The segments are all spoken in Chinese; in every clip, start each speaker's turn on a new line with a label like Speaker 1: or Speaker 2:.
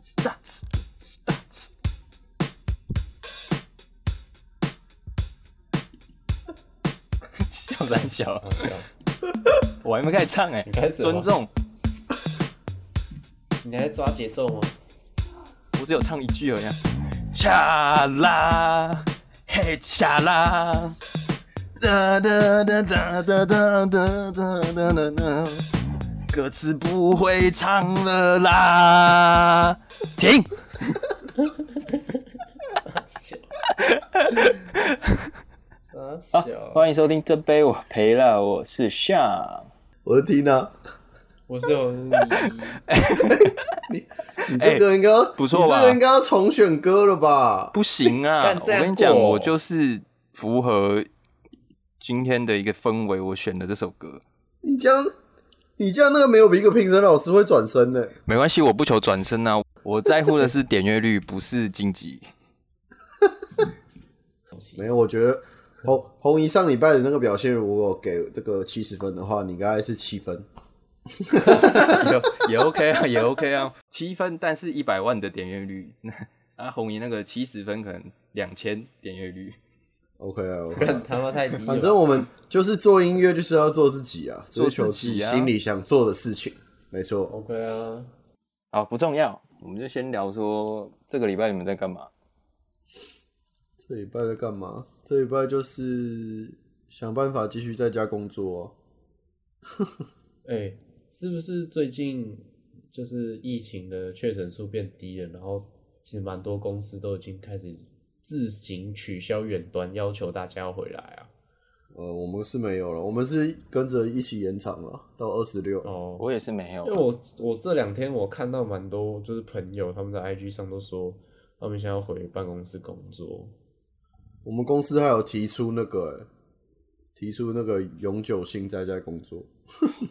Speaker 1: Start, start. 笑三小啊，我还没开始唱哎、
Speaker 2: 你开始了
Speaker 1: 尊
Speaker 2: 吗
Speaker 1: 重，
Speaker 2: 你还在抓节奏吗？
Speaker 1: 我只有唱一句而已啊。恰啦，嘿恰啦，哒哒哒哒哒哒哒哒哒哒哒，歌词不会唱了啦，停。
Speaker 3: 啊
Speaker 2: 傻小，
Speaker 1: 欢迎收听这杯我陪了，我是夏。
Speaker 3: 我的天啊呐，
Speaker 2: 我是有 你，
Speaker 3: 你这个应该要、
Speaker 1: 哎不错吧
Speaker 3: 你这个应该要重选歌了吧？
Speaker 1: 不行啊！
Speaker 2: 干
Speaker 1: 我
Speaker 2: 这样
Speaker 1: 跟你讲，
Speaker 2: 过
Speaker 1: 我就是符合今天的一个氛围，我选的这首歌。
Speaker 3: 你这样，你这样那个没有比一个评审老师会转身的。
Speaker 1: 没关系，我不求转身啊，我在乎的是点阅率，不是晋级。
Speaker 3: 没有，我觉得红红姨上礼拜的那个表现，如果给这个七十分的话，你应该是七分。
Speaker 1: 也也 OK 啊，也 OK 啊，七分，但是一百万的点阅率。 啊，红姨那个七十分可能两千点阅率，
Speaker 3: OK 啊，OK 啊
Speaker 2: 干他妈太低了。
Speaker 3: 反正我们就是做音乐，就是要做自己啊，
Speaker 1: 做
Speaker 3: 追
Speaker 1: 自己啊
Speaker 3: 求自己心里想做的事情。没错，
Speaker 2: OK 啊，
Speaker 1: 好不重要，我们就先聊说这个礼拜你们在干嘛？
Speaker 3: 这礼拜在干嘛？这礼拜就是想办法继续在家工作、啊。
Speaker 2: 哎、是不是最近就是疫情的确诊数变低了，然后其实蛮多公司都已经开始自行取消远端，要求大家要回来啊。
Speaker 3: 呃，我们是没有了，我们是跟着一起延长了到二十六。
Speaker 2: 哦，
Speaker 1: 我也是没有
Speaker 2: 因为我我这两天我看到蛮多就是朋友他们在 IG 上都说他们想要回办公室工作，
Speaker 3: 我们公司还有提出那个、欸提出那个永久性在家工作，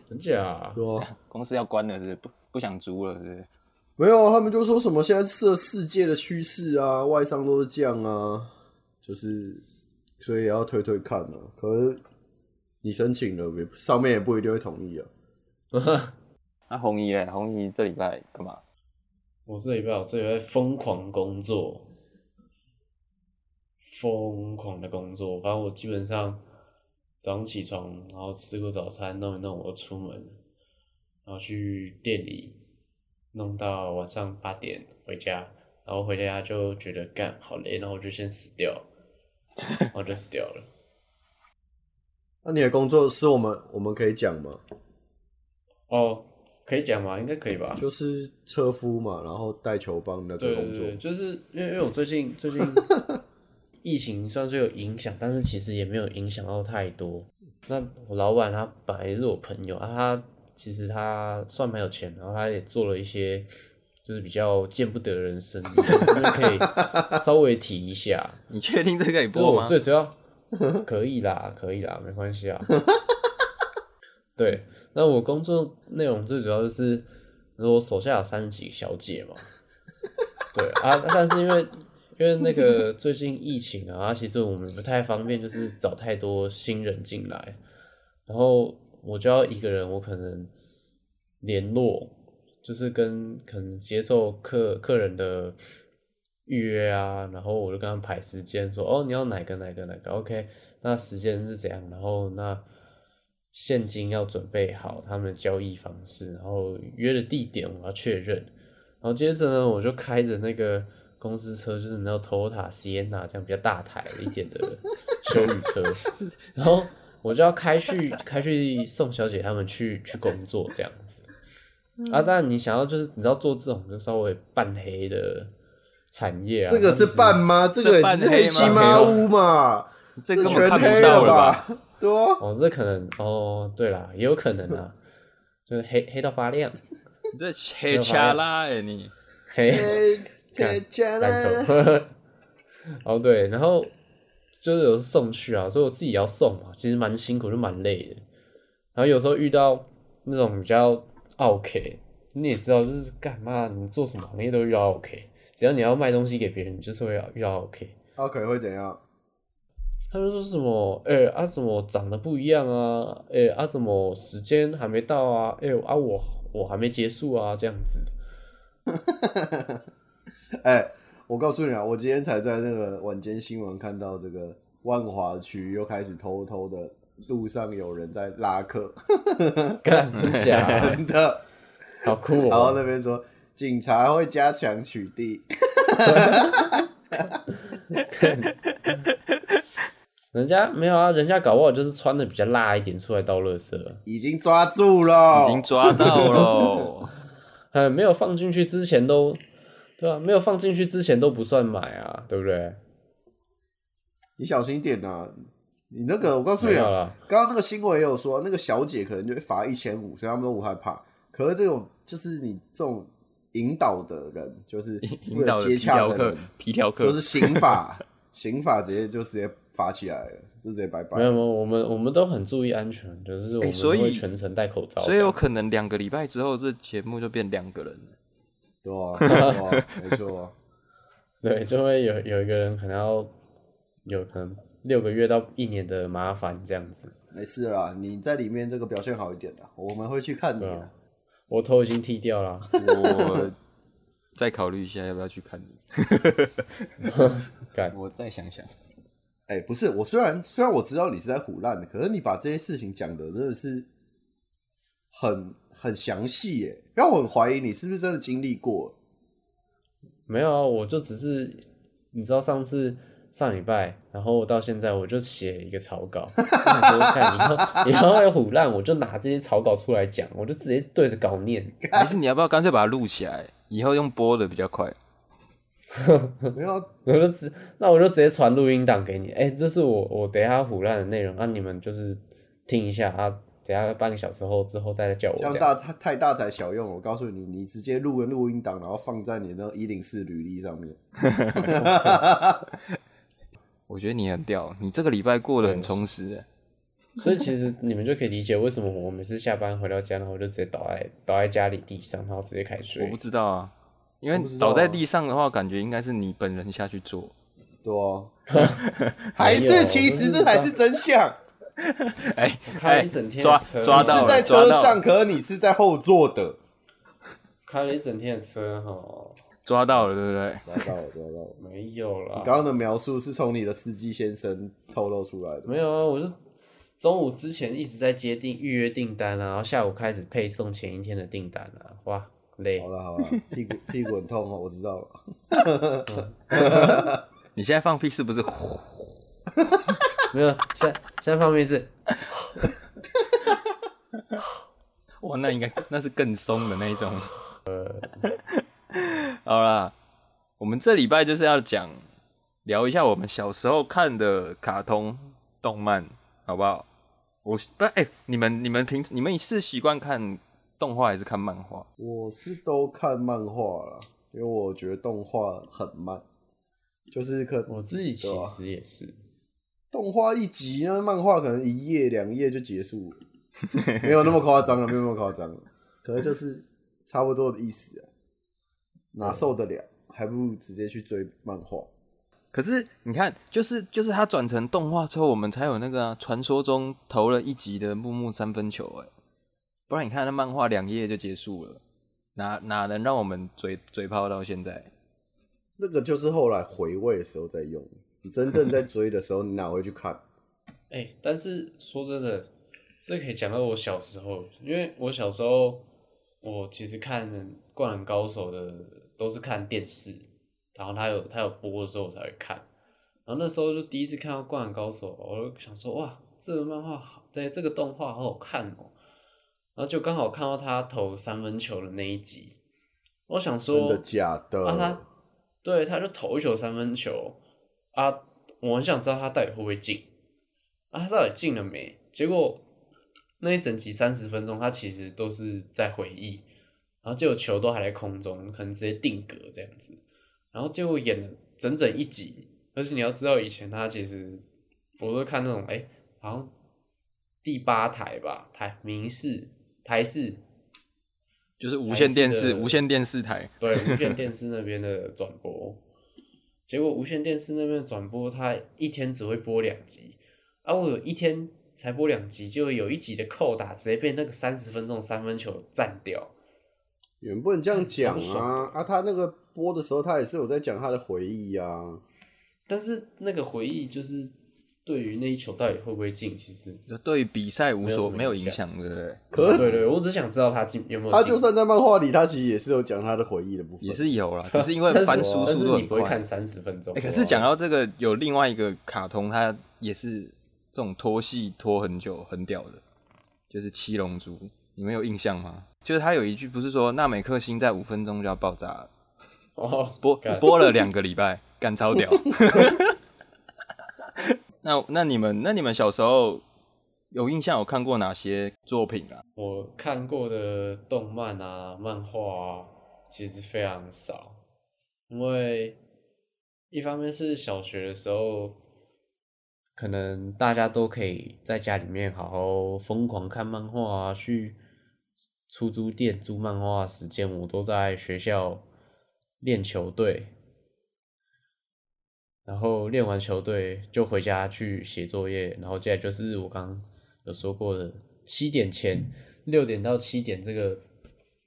Speaker 2: 真假、 啊？
Speaker 3: 对啊，
Speaker 1: 公司要关了，是不是不不想租了，是不是？
Speaker 3: 没有啊，他们就说什么现在是世界的趋势啊，外商都是这样啊，就是所以也要推推看啊。可是你申请了，也上面也不一定会同意啊。
Speaker 1: 啊，红姨嘞，红姨这礼拜干嘛？
Speaker 2: 我这礼拜我这礼拜疯狂工作，疯狂的工作。反正我基本上早上起床，然后吃个早餐，弄一弄，我就出门，然后去店里弄到晚上八点回家，然后回家就觉得干好累，然后我就先死掉，然后就死掉了。
Speaker 3: 那你的工作是我们我们可以讲吗？
Speaker 2: 哦，可以讲吗？应该可以吧？
Speaker 3: 就是车夫嘛，然后带球帮那个
Speaker 2: 对
Speaker 3: 工
Speaker 2: 对
Speaker 3: 作
Speaker 2: 对，，就是因为因为我最近最近疫情算是有影响，但是其实也没有影响到太多。那我老板他本来是我朋友啊，他其实他算蛮有钱，然后他也做了一些就是比较见不得人生意，因为可以稍微提一下。
Speaker 1: 你确定这个也
Speaker 2: 不过
Speaker 1: 播
Speaker 2: 我
Speaker 1: 吗？
Speaker 2: 最主要可以啦，可以啦，没关系啊。对，那我工作内容最主要就是，我手下有三十几个小姐嘛。对啊，但是因为因为那个最近疫情啊，其实我们不太方便，就是找太多新人进来，然后我就要一个人，我可能联络，就是跟可能接受客客人的预约啊，然后我就跟他们排时间，说哦你要哪个哪个哪个，OK，那时间是怎样，然后那现金要准备好他们的交易方式，然后约的地点我要确认，然后接着呢我就开着那个。公司车就是你知道 Toyota Sienna 这样比较大台一点的 修理车，然后我就要开去开去送小姐她们去去工作这样子。啊，当然你想要就是你知道做这种就稍微半黑的产业啊，
Speaker 3: 这个是半吗？这个也是黑漆麻屋嘛，
Speaker 1: 这
Speaker 3: 这
Speaker 1: 根本
Speaker 3: 全
Speaker 1: 看不
Speaker 3: 黑
Speaker 1: 到了
Speaker 3: 了
Speaker 1: 吧？
Speaker 3: 吧？对啊，
Speaker 2: 哦，这可能哦，对啦，也有可能啊，就是黑黑到发亮，
Speaker 1: 你这黑掐拉哎、你！
Speaker 2: 黑
Speaker 3: 哎
Speaker 2: 干
Speaker 3: 天
Speaker 2: 烂
Speaker 3: 呐
Speaker 2: 头。哦，对，然后就是有时送去啊，所以我自己也要送嘛，其实蛮辛苦，就蛮累的。然后有时候遇到那种比较 OK，你也知道，就是干嘛你做什么行业都遇到 OK，只要你要卖东西给别人，你就是会遇到 OK。
Speaker 3: ，OK 会怎样？
Speaker 2: 他们说什么？哎、啊，怎么长得不一样啊？哎、啊，怎么时间还没到啊？哎、啊，我我还没结束啊，这样子。
Speaker 3: 哎、我告诉你啊，我今天才在那个晚间新闻看到，这个万华区又开始偷偷的路上有人在拉客，
Speaker 2: 干真 假，
Speaker 3: 真的。
Speaker 2: 好酷
Speaker 3: 然后
Speaker 2: 哦！
Speaker 3: 那边说警察会加强取缔，
Speaker 2: 人家没有啊，人家搞不好就是穿的比较辣一点出来倒垃圾，
Speaker 3: 已经抓住了，
Speaker 1: 已经抓到 喽。
Speaker 2: 呃，没有放进去之前都，对啊，没有放进去之前都不算买啊，对不对？
Speaker 3: 你小心点呐、啊你那个，我告诉
Speaker 2: 没
Speaker 3: 你
Speaker 2: 有
Speaker 3: 啊，
Speaker 2: 啦，
Speaker 3: 刚刚那个新闻也有说，那个小姐可能就会罚一千五，所以他们都不害怕。可是这种就是你这种引导的人，就是
Speaker 1: 引导的
Speaker 3: 负责接
Speaker 1: 皮
Speaker 3: 洽
Speaker 1: 条
Speaker 3: 的
Speaker 1: 客
Speaker 3: 人，，
Speaker 1: 皮条客
Speaker 3: 就是刑法， 刑法直接就直接罚起来了，就直接拜拜
Speaker 2: 没。有没有，我们我们都很注意安全，就是我们
Speaker 1: 啊所
Speaker 2: 都会
Speaker 1: 以
Speaker 2: 全程戴口罩这
Speaker 1: 所以有
Speaker 2: 样。
Speaker 1: 可能两个礼拜之后，这节目就变两个人了。
Speaker 3: 对啊，对啊，没错啊。
Speaker 2: 对，就会有有一个人可能要有可能六个月到一年的麻烦这样子。
Speaker 3: 没事啦，你在里面这个表现好一点的，我们会去看你
Speaker 2: 对
Speaker 3: 的
Speaker 2: 啊。，我头已经剃掉了，
Speaker 1: 我再考虑一下要不要去看你。
Speaker 2: 干
Speaker 1: 我再想 想。
Speaker 3: 哎、不是，我虽然虽然我知道你是在胡乱的，可是你把这些事情讲的真的是很很详细耶，让我很怀疑你是不是真的经历过。
Speaker 2: 没有啊，我就只是你知道上次上礼拜，然后到现在我就写了一个草稿，我想说看以后以后要虎烂，我就拿这些草稿出来讲，我就直接对着稿念。
Speaker 1: 还是你要不要干脆把它录起来，以后用播的比较快？
Speaker 3: 没有啊，
Speaker 2: 我就直，那我就直接传录音档给你。哎、这是我我等一下胡乱的内容，那、啊你们就是听一下啊，等一下半个小时后之后再叫我
Speaker 3: 这
Speaker 2: 这
Speaker 3: 样
Speaker 2: 样。
Speaker 3: 大太太大材小用。我告诉你，你直接录个录音档，然后放在你那一零四履历上面。
Speaker 1: 我觉得你很屌，你这个礼拜过得很充实。
Speaker 2: 所以其实你们就可以理解为什么我每次下班回到家，然后我就直接倒在倒在家里地上，然后直接开
Speaker 1: 我
Speaker 2: 睡
Speaker 1: 不。知道啊，因
Speaker 3: 我不知
Speaker 1: 为
Speaker 3: 道啊
Speaker 1: 倒在地上的话，感觉应该是你本人下去做。
Speaker 3: 对啊，还
Speaker 2: 没有
Speaker 3: 是其实这才是真相。
Speaker 1: 哎
Speaker 2: 开了
Speaker 1: 哎
Speaker 2: 一整，天
Speaker 1: 抓
Speaker 2: 的车
Speaker 1: 抓
Speaker 3: 你
Speaker 1: 到
Speaker 3: 是
Speaker 1: 了
Speaker 3: 在
Speaker 1: 抓
Speaker 3: 车
Speaker 1: 到
Speaker 3: 上，
Speaker 1: 了
Speaker 3: 可是你是在后座的。
Speaker 2: 开了一整天的车哈，
Speaker 1: 抓到了，对不对？
Speaker 3: 抓到了，抓到了。
Speaker 2: 没有啦
Speaker 3: 你， 刚刚的描述是从你的司机先生透露出来的。
Speaker 2: 没有啊，我就中午之前一直在接订预约订单啊，然后下午开始配送前一天的订单啊，哇，累
Speaker 3: 好。了好了，屁股屁股很痛哦，我知道了。
Speaker 1: 你现在放屁是不是？
Speaker 2: 没有，现现在方面是
Speaker 1: 哇，那应该那是更松的那一种。 好啦，我们这礼拜就是要讲聊一下我们小时候看的卡通动漫，好不好？我不哎、你们你们平你们是习惯看动画还是看漫画？
Speaker 3: 我是都看漫画啦，因为我觉得动画很慢，就是哦可
Speaker 2: 我自己
Speaker 3: 对啊
Speaker 2: 其
Speaker 3: 吧
Speaker 2: 实也是，
Speaker 3: 动画一集，那漫画可能一页两页就结 束了，没有那么夸张了，没有那么夸张了，可能就是差不多的意思啊，哪受得了？还不如直接去追漫画。
Speaker 1: 可是你看，就是就是它转成动画之后，我们才有那个啊传、说中投了一集的木木三分球、哎，不然你看那漫画两页就结束了，哪哪能让我们嘴嘴炮到现在？
Speaker 3: 那个就是后来回味的时候再用，你真正在追的时候，你哪会 去看？
Speaker 2: 哎、但是说真的，这可以讲到我小时候，因为我小时候我其实看《灌篮高手》的都是看电视，然后他有他有播的时候我才会看，然后那时候就第一次看到《灌篮高手》，我就想说哇，这个漫画好，对，这个动画好好看哦，然后就刚好看到他投三分球的那一集，我想
Speaker 3: 真
Speaker 2: 说
Speaker 3: 的假的？
Speaker 2: 啊，他对他就投一球三分球啊，我很想知道他到底会不会进啊，他到底进了没？结果那一整集三十分钟，他其实都是在回忆，然后结果球都还在空中，可能直接定格这样子，然后结果演了整整一集，而且你要知道以前他其实我都看那种哎、好像第八台吧，台明视、台视
Speaker 1: 就是无线电
Speaker 2: 还是
Speaker 1: 视，
Speaker 2: 的
Speaker 1: 无线电视台。
Speaker 2: 对无线电视那边的转播，结果无线电视那边的转播，它一天只会播两集，啊，我有一天才播两集，就有一集的扣打直接被那个三十分钟的三分球占掉，
Speaker 3: 也不能这样讲
Speaker 2: 超
Speaker 3: 啊
Speaker 2: 爽
Speaker 3: 啊！他那个播的时候，他也是有在讲他的回忆
Speaker 2: 嗯
Speaker 3: 啊。
Speaker 2: 但是那个回忆就是对于那一球到底会不会进，其实
Speaker 1: 就对比赛无所
Speaker 2: 没
Speaker 1: 没
Speaker 2: 有
Speaker 1: 有
Speaker 2: 什么影
Speaker 1: 影
Speaker 2: 响
Speaker 1: 响，对不对？
Speaker 3: 可
Speaker 2: 对对，我只想知道他进有没有进。
Speaker 3: 他就算在漫画里，他其实也是有讲他的回忆的部分。
Speaker 1: 也是有啦，只是因为
Speaker 2: 但是
Speaker 1: 翻书
Speaker 2: 但
Speaker 1: 速
Speaker 2: 是
Speaker 1: 度
Speaker 2: 你
Speaker 1: 很
Speaker 2: 不会
Speaker 1: 快
Speaker 2: 看。三十啊分钟。
Speaker 1: 欸可是讲到这个，有另外一个卡通，它也是这种拖戏拖很久，很屌的，就是《七龙珠》，你们有印象吗？就是它有一句不是说纳美克星在五分钟就要爆炸了，
Speaker 2: 哦，
Speaker 1: 播
Speaker 2: 干
Speaker 1: 播了两个礼拜，干超 屌。那那你们那你们小时候有印象有看过哪些作品啊？
Speaker 2: 我看过的动漫啊、漫画啊，其实非常少，因为一方面是小学的时候，可能大家都可以在家里面好好疯狂看漫画啊，去出租店租漫画的时间，我都在学校练球队，然后练完球队就回家去写作业，然后接下来就是我刚刚有说过的七点前，六点到七点这个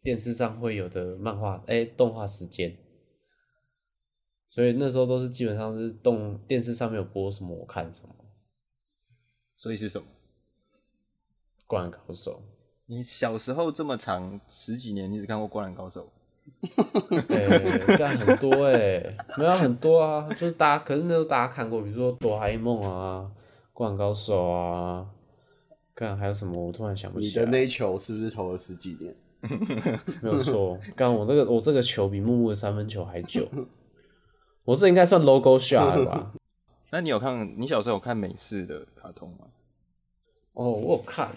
Speaker 2: 电视上会有的漫画哎动画时间，所以那时候都是基本上是动电视上面有播什么我看什么，
Speaker 1: 所以是什么？
Speaker 2: 《灌篮高手
Speaker 1: 你小时候这么长十几年，你只看过《灌篮高手》？》
Speaker 2: 哎，干很多哎、没有很多啊，就是大家可是那时候大家看过，比如说《哆啦 A 梦》啊，《灌篮高手》啊，干还有什么我突然想不
Speaker 3: 你
Speaker 2: 起
Speaker 3: 的
Speaker 2: 来。
Speaker 3: 那一球是不是投了十几年？
Speaker 2: 没有错，刚我这个我这个球比木木的三分球还久，我这应该算 logo shot 了吧？
Speaker 1: 那你有看？你小时候有看美式的卡通吗？
Speaker 2: 哦，我有看，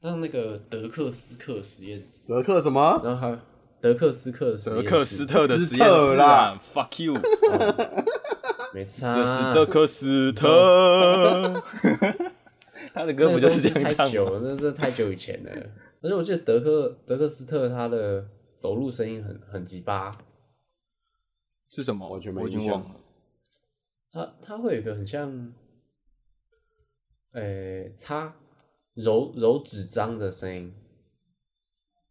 Speaker 2: 像那个德克斯克实验室，
Speaker 3: 德克什么？
Speaker 2: 然后还有德克斯克的实验
Speaker 1: 德
Speaker 2: 室，
Speaker 1: 克斯特的实
Speaker 3: 斯
Speaker 1: 验
Speaker 3: 特
Speaker 1: 室啊
Speaker 3: 啦
Speaker 1: ，fuck you，
Speaker 2: 没差，啊
Speaker 1: 这是德克斯特。 他的歌不就是这样
Speaker 2: 太
Speaker 1: 唱
Speaker 2: 久
Speaker 1: 吗？
Speaker 2: 了，那真的太久以前了。而且我记得德克德克斯特他的走路声音很很鸡巴，
Speaker 1: 是什么？
Speaker 3: 完全没
Speaker 1: 我已经
Speaker 3: 印象
Speaker 1: 忘了。
Speaker 2: 他他会有一个很像，呃、擦揉揉纸张的声音，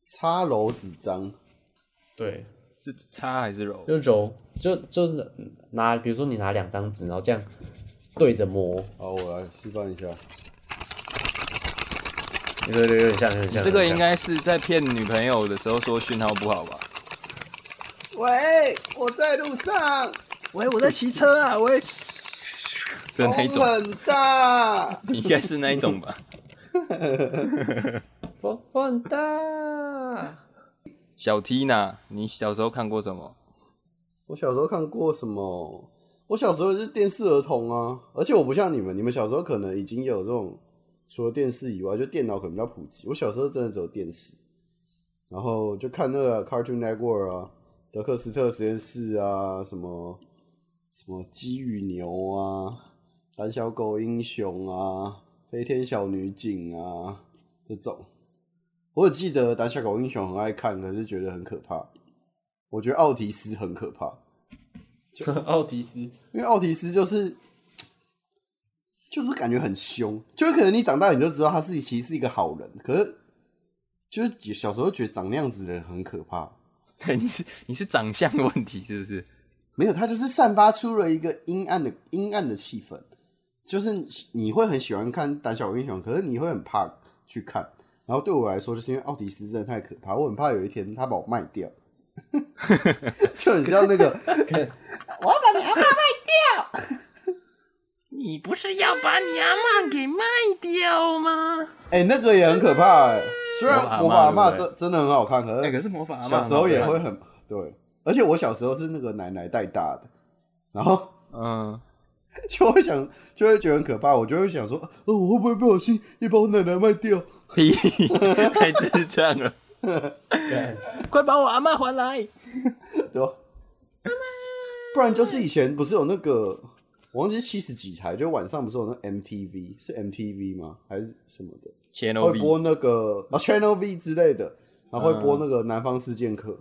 Speaker 3: 擦楼纸张，
Speaker 2: 对，
Speaker 1: 是擦还是揉？
Speaker 2: 就揉，就就是拿，比如说你拿两张纸，然后这样对着磨，
Speaker 3: 好，我来示范一下。
Speaker 2: 对对，有点像，有点像。
Speaker 1: 这个
Speaker 2: 有点
Speaker 1: 应
Speaker 2: 像
Speaker 1: 该是在骗女朋友的时候说讯号不好吧？
Speaker 3: 喂，我在路上，
Speaker 1: 喂，我在骑车啊，喂，的那一种，
Speaker 3: 大。
Speaker 1: 你应该是那一种吧？
Speaker 2: 风很大。
Speaker 1: 小 Tina，你小时候看过什么？
Speaker 3: 我小时候看过什么？我小时候就是电视儿童啊，而且我不像你们，你们小时候可能已经有这种除了电视以外，就电脑可能比较普及。我小时候真的只有电视，然后就看那个 Cartoon Network 啊、德克斯特实验室啊、什么什么鸡与牛啊、胆小狗英雄啊、飞天小女警啊这种。我只记得胆小狗英雄很爱看，可是觉得很可怕。我觉得奥提斯很可怕。
Speaker 2: 奥迪斯，
Speaker 3: 因为奥提斯就是就是感觉很凶，就是可能你长大你就知道他自己其实是一个好人，可是就是小时候觉得长那样子的人很可怕。
Speaker 1: 对，你是你是长相的问题是不是？
Speaker 3: 没有，他就是散发出了一个阴暗的阴暗的气氛，就是你会很喜欢看胆小英雄，可是你会很怕去看。然后对我来说，就是因为奥迪斯真的太可怕，我很怕有一天他把我卖掉， 就很像那个我要把你阿妈
Speaker 1: 你不是要把你阿妈给卖掉吗？
Speaker 3: 哎、那个也很可怕哎、虽然
Speaker 1: 魔
Speaker 3: 魔
Speaker 1: 法
Speaker 3: 法
Speaker 1: 阿
Speaker 3: 阿
Speaker 1: 嬷
Speaker 3: 嬷
Speaker 1: 对不对
Speaker 3: 真真的很好看，可
Speaker 1: 那
Speaker 3: 是
Speaker 1: 个哎是魔法啊阿嬷
Speaker 3: 小时候也会很对，而且我小时候是那个奶奶带大的，然后
Speaker 1: 嗯，
Speaker 3: 就会想就会觉得很可怕，我就会想说，哦，我会不会不小心也把我奶奶卖掉？
Speaker 1: 屁，太智障了！
Speaker 2: 干
Speaker 1: 快把我阿妈还来！
Speaker 3: 对吧？不然就是以前不是有那个，我忘记七十几台，就晚上不是有那 MTV 是 MTV 吗？还是什么的？
Speaker 1: 钱
Speaker 3: 会播那个啊 Channel V 之类的，然后会
Speaker 1: 嗯
Speaker 3: 播那个南方四剑客。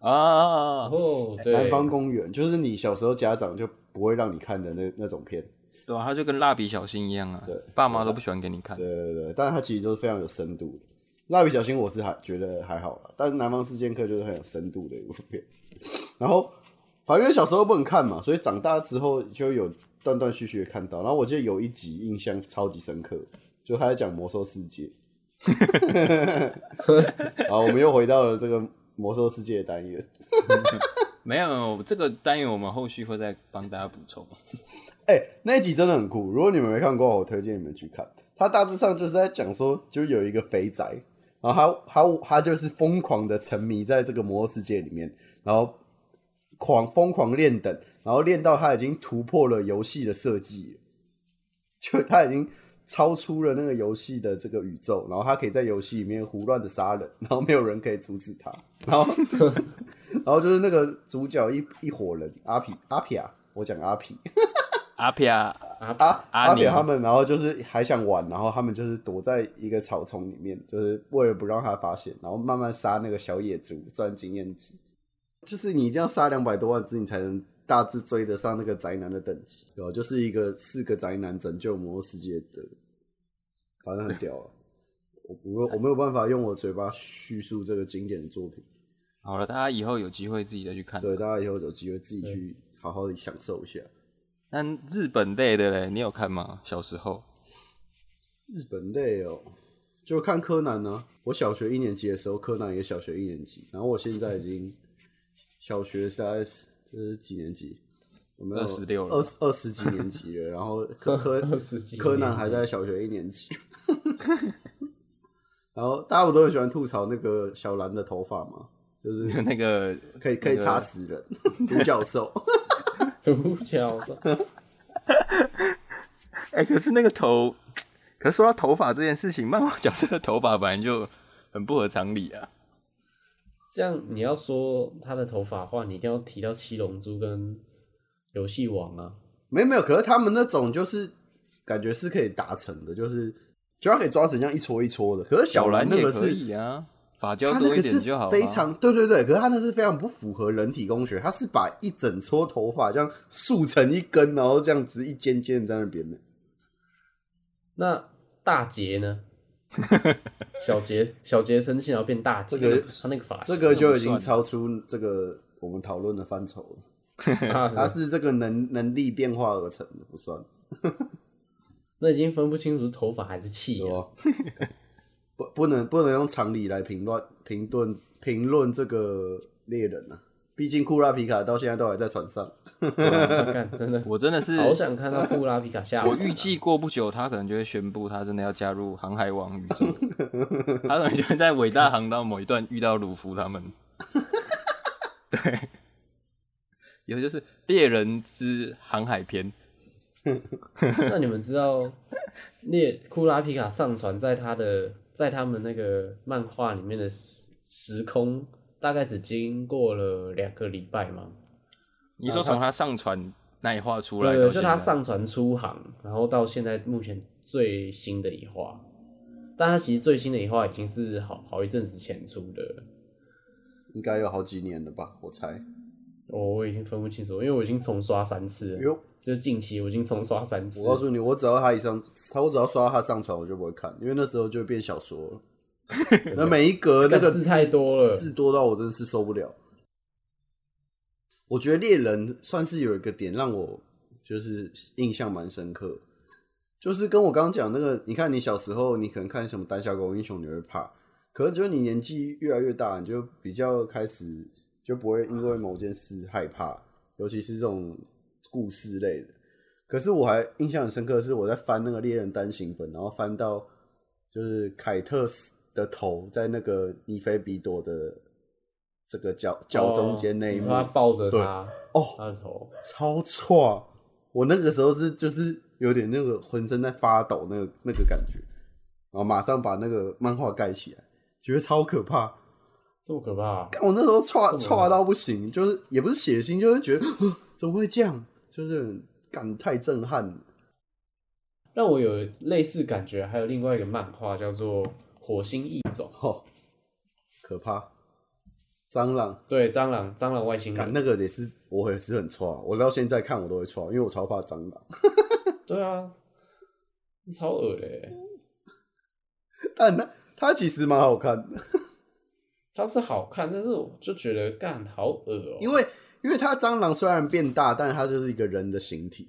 Speaker 1: 啊，
Speaker 2: 哦，对，
Speaker 3: 南方公园，就是你小时候家长就不会让你看的那那种片。
Speaker 1: 对啊，他就跟蜡笔小新一样啊
Speaker 3: 对，
Speaker 1: 爸妈都不喜欢给你看
Speaker 3: 对。对对，但是它其实都是非常有深度的。蜡笔小新我是还觉得还好啦，但是南方四剑客就是很有深度的一部片。 然后，反正因为小时候不能看嘛，所以长大之后就有断断续续的看到。然后我记得有一集印象超级深刻，就他在讲魔兽世界。 好，我们又回到了这个魔兽世界的单元。
Speaker 1: 没有这个单元，我们后续会再帮大家补充。
Speaker 3: 哎、那一集真的很酷，如果你们没看过，我推荐你们去看。他大致上就是在讲说，就有一个肥宅，然后他他他就是疯狂的沉迷在这个魔兽世界里面，然后狂疯狂练等，然后练到他已经突破了游戏的设计，就他已经超出了那个游戏的这个宇宙，然后他可以在游戏里面胡乱的杀人，然后没有人可以阻止他，然后 然后就是那个主角一一伙人阿皮阿皮啊，我讲阿皮。
Speaker 1: 阿皮啊，
Speaker 3: 阿
Speaker 1: 阿
Speaker 3: 阿
Speaker 1: 尼
Speaker 3: 扁他们，然后就是还想玩，然后他们就是躲在一个草丛里面，就是为了不让他发现，然后慢慢杀那个小野猪赚经验值。就是你一定要杀两百多万只，你才能大致追得上那个宅男的等级，对吧？就是一个四个宅男拯救魔兽世界的，反正很屌啊！我我我没有办法用我嘴巴叙述这个经典的作品，
Speaker 1: 好了，大家以后有机会自己再去看。
Speaker 3: 对大家以后有机会自己去好好的享受一下。
Speaker 1: 那日本类的嘞，你有看吗？小时 候
Speaker 3: 日本类哦，就看柯南呢、我小学一年级的时候，柯南也小学一年级，然后我现在已经小学大概是这是几年级？我们
Speaker 1: 26了
Speaker 3: 二十二十几年级了。然后柯柯
Speaker 2: 二十几年级
Speaker 3: 柯南还在小学一年级。 然后大家不都很喜欢吐槽那个小兰的头发吗？就是
Speaker 1: 有 那个
Speaker 3: 可以可以插死人， 独角兽。
Speaker 2: 独角兽，
Speaker 1: 哎、可是那个头，可是说到头发这件事情，漫画角色的头发本来就很不合常理啊。
Speaker 2: 这样你要说他的头发的话，你一定要提到七龙珠跟游戏王啊。
Speaker 3: 没有没有，可是他们那种就是感觉是可以达成的，就是就它可以抓成这样一撮一撮的。可是小兰
Speaker 1: 兰
Speaker 3: 那
Speaker 1: 也
Speaker 3: 个
Speaker 1: 可
Speaker 3: 是，
Speaker 1: 以啊，发胶
Speaker 3: 它
Speaker 1: 多
Speaker 3: 那
Speaker 1: 一
Speaker 3: 个
Speaker 1: 点
Speaker 3: 是
Speaker 1: 就好、啊。
Speaker 3: 非常对对对，可是它那是非常不符合人体工学，它是把一整撮头发这样竖成一根，然后这样子一尖尖的在那边的。
Speaker 2: 那大杰呢？小杰，小杰生气然后变大杰，
Speaker 3: 这个
Speaker 2: 他那个发型
Speaker 3: 这个就已
Speaker 1: 那
Speaker 3: 经
Speaker 1: 啊不算
Speaker 3: 超出这个我们讨论的范畴了，
Speaker 1: 嗯
Speaker 3: 它
Speaker 2: 他
Speaker 3: 是这个能能力变化而成的，不算。
Speaker 2: 那已经分不清楚是头发还是气
Speaker 3: 对
Speaker 2: 了。
Speaker 3: 吧？ 不不能不能用常理来评论评论评论这个猎人啊，毕竟库拉皮卡到现在都还在船上。
Speaker 2: 哇干真的，
Speaker 1: 我真的是，
Speaker 2: 好想看到布拉皮卡下。
Speaker 1: 我预计过不久他可能就会宣布他真的要加入航海王宇宙， 他可能就会在伟大航道某一段遇到鲁夫他们。对，以后就是猎人之航海篇。
Speaker 2: 那你们知道猎库拉皮卡上传在他的在他们那个漫画里面的时时空，大概只经过了两个礼拜吗？
Speaker 1: 你
Speaker 3: 啊
Speaker 1: 说从他上传那一话出来到
Speaker 2: 对，
Speaker 1: 现在，
Speaker 2: 就他上传出航，然后到现在目前最新的一话，但他其实最新的一话已经是好好一阵子前出的了，
Speaker 3: 应该有好几年了吧，我猜。
Speaker 2: 哦我我已经分不清楚，因为我已经重刷三次了，
Speaker 3: 哟，
Speaker 2: 就近期我已经重刷三次
Speaker 3: 我告诉你，我只要他一上，他我只要刷他上传，我就不会看，因为那时候就变小说 了。那每一格那
Speaker 2: 那
Speaker 3: 个
Speaker 2: 个字太多了，
Speaker 3: 字多到我真的是受不了。我觉得猎人算是有一个点让我就是印象蛮深刻，就是跟我刚刚讲那个，你看你小时候你可能看什么胆小狗英雄你会怕，可能就是你年纪越来越大，你就比较开始就不会因为某件事害怕，尤其是这种故事类的。可是我还印象很深刻的是，我在翻那个猎人单行本，然后翻到就是凯特斯的头在那个尼菲比多的这个脚脚中间那一
Speaker 2: 哦
Speaker 3: 幕，
Speaker 2: 他抱着
Speaker 3: 对
Speaker 2: 他，
Speaker 3: 哦，
Speaker 2: 他的头，
Speaker 3: 超错！我那个时候是就是有点那个浑身在发抖那个那个感觉，然后马上把那个漫画盖起来，觉得超可怕。
Speaker 2: 这么可怕，啊
Speaker 3: 干我那时候
Speaker 2: 这
Speaker 3: 歘
Speaker 2: 么
Speaker 3: 歘到不行，就是也不是血腥，就是觉得哦怎么会这样，就是很干太震撼了。
Speaker 2: 让我有类似感觉。还有另外一个漫画叫做《火星异种》，
Speaker 3: 哦，可怕！蟑螂，
Speaker 2: 对，蟑螂，蟑螂外星
Speaker 3: 感
Speaker 2: 人，
Speaker 3: 那个也是，我也是很抓，我到现在看我都会抓，因为我超怕蟑螂。
Speaker 2: 对啊，超恶的欸。
Speaker 3: 但那它其实蛮好看的，
Speaker 2: 它是好看，但是我就觉得干好恶哦、
Speaker 3: 因为因为它蟑螂虽然变大，但它就是一个人的形体。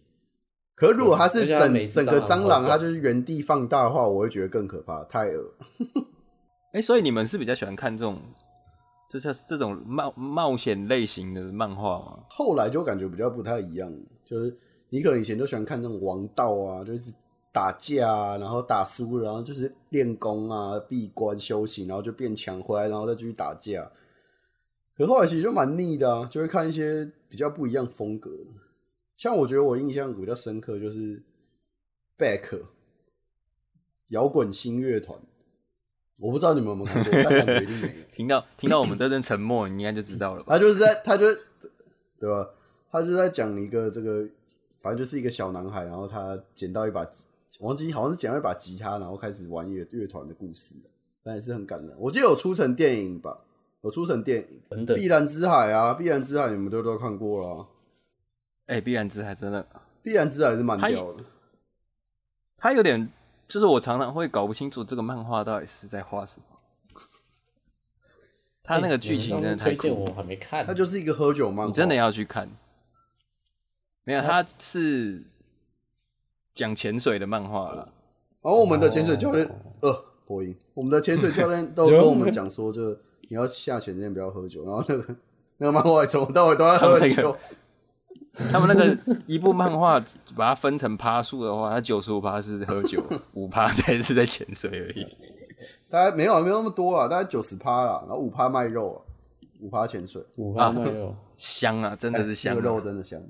Speaker 3: 可如果它是
Speaker 2: 啊而且它每
Speaker 3: 整
Speaker 2: 只
Speaker 3: 整个
Speaker 2: 蟑螂
Speaker 3: 蟑螂，
Speaker 2: 超
Speaker 3: 它
Speaker 2: 重
Speaker 3: 就是原地放大的话，我会觉得更可怕，太恶了。
Speaker 1: 哎、所以你们是比较喜欢看这种，这叫这种冒冒险类型的漫画吗？
Speaker 3: 后来就感觉比较不太一样，就是你可能以前就喜欢看那种王道啊，就是打架啊，然后打输了，然后就是练功啊、闭关修行，然后就变强回来，然后再继续打架。可后来其实就蛮腻的啊，就会看一些比较不一样风格的。像我觉得我印象比较深刻就是 Back 摇滚新乐团，我不知道你们有没有看过，但感觉一定没有。
Speaker 1: 听到听到我们这阵沉默，你应该就知道了吧？
Speaker 3: 他就是在，他就对吧？他就在讲一个这个，反正就是一个小男孩，然后他捡到一把，忘记好像是捡到一把吉他，然后开始玩乐乐团的故事，但也是很感人。我记得有出成电影吧，有出成电影，
Speaker 2: 等
Speaker 3: 《
Speaker 2: 等，
Speaker 3: 碧蓝之海》啊，《碧蓝之海》你们都都看过了、啊
Speaker 1: 哎、必然之海真的，
Speaker 3: 碧蓝之海》是蛮屌的，
Speaker 1: 它有点，就是我常常会搞不清楚这个漫画到底是在画什么。它那个剧情真的
Speaker 2: 呢，
Speaker 1: 太
Speaker 2: 推荐
Speaker 1: 酷
Speaker 2: 我
Speaker 1: 了，
Speaker 2: 还没看，
Speaker 3: 它就是一个喝酒漫画，
Speaker 1: 你真的要去看。没有，它是讲潜水的漫画啦。
Speaker 3: 然后我们的潜水教练，
Speaker 1: 哦
Speaker 3: 呃，播音，我们的潜水教练都跟我们讲说，就你要下潜之前不要喝酒。然后那个那个漫画从头到尾都在喝
Speaker 1: 他们
Speaker 3: 酒，
Speaker 1: 他们那个一部漫画把它分成趴数的话，它九十五趴是喝 酒，五趴才是在潜水而已。
Speaker 3: 大概没有啊没有那么多啦，大概九十趴啦，然后五趴卖肉啊，五趴潜水，
Speaker 2: 五
Speaker 1: 啊
Speaker 2: 花没有，
Speaker 1: 香啊，真的是
Speaker 3: 那
Speaker 1: 香
Speaker 3: 个
Speaker 1: 啊、
Speaker 3: 肉真的香。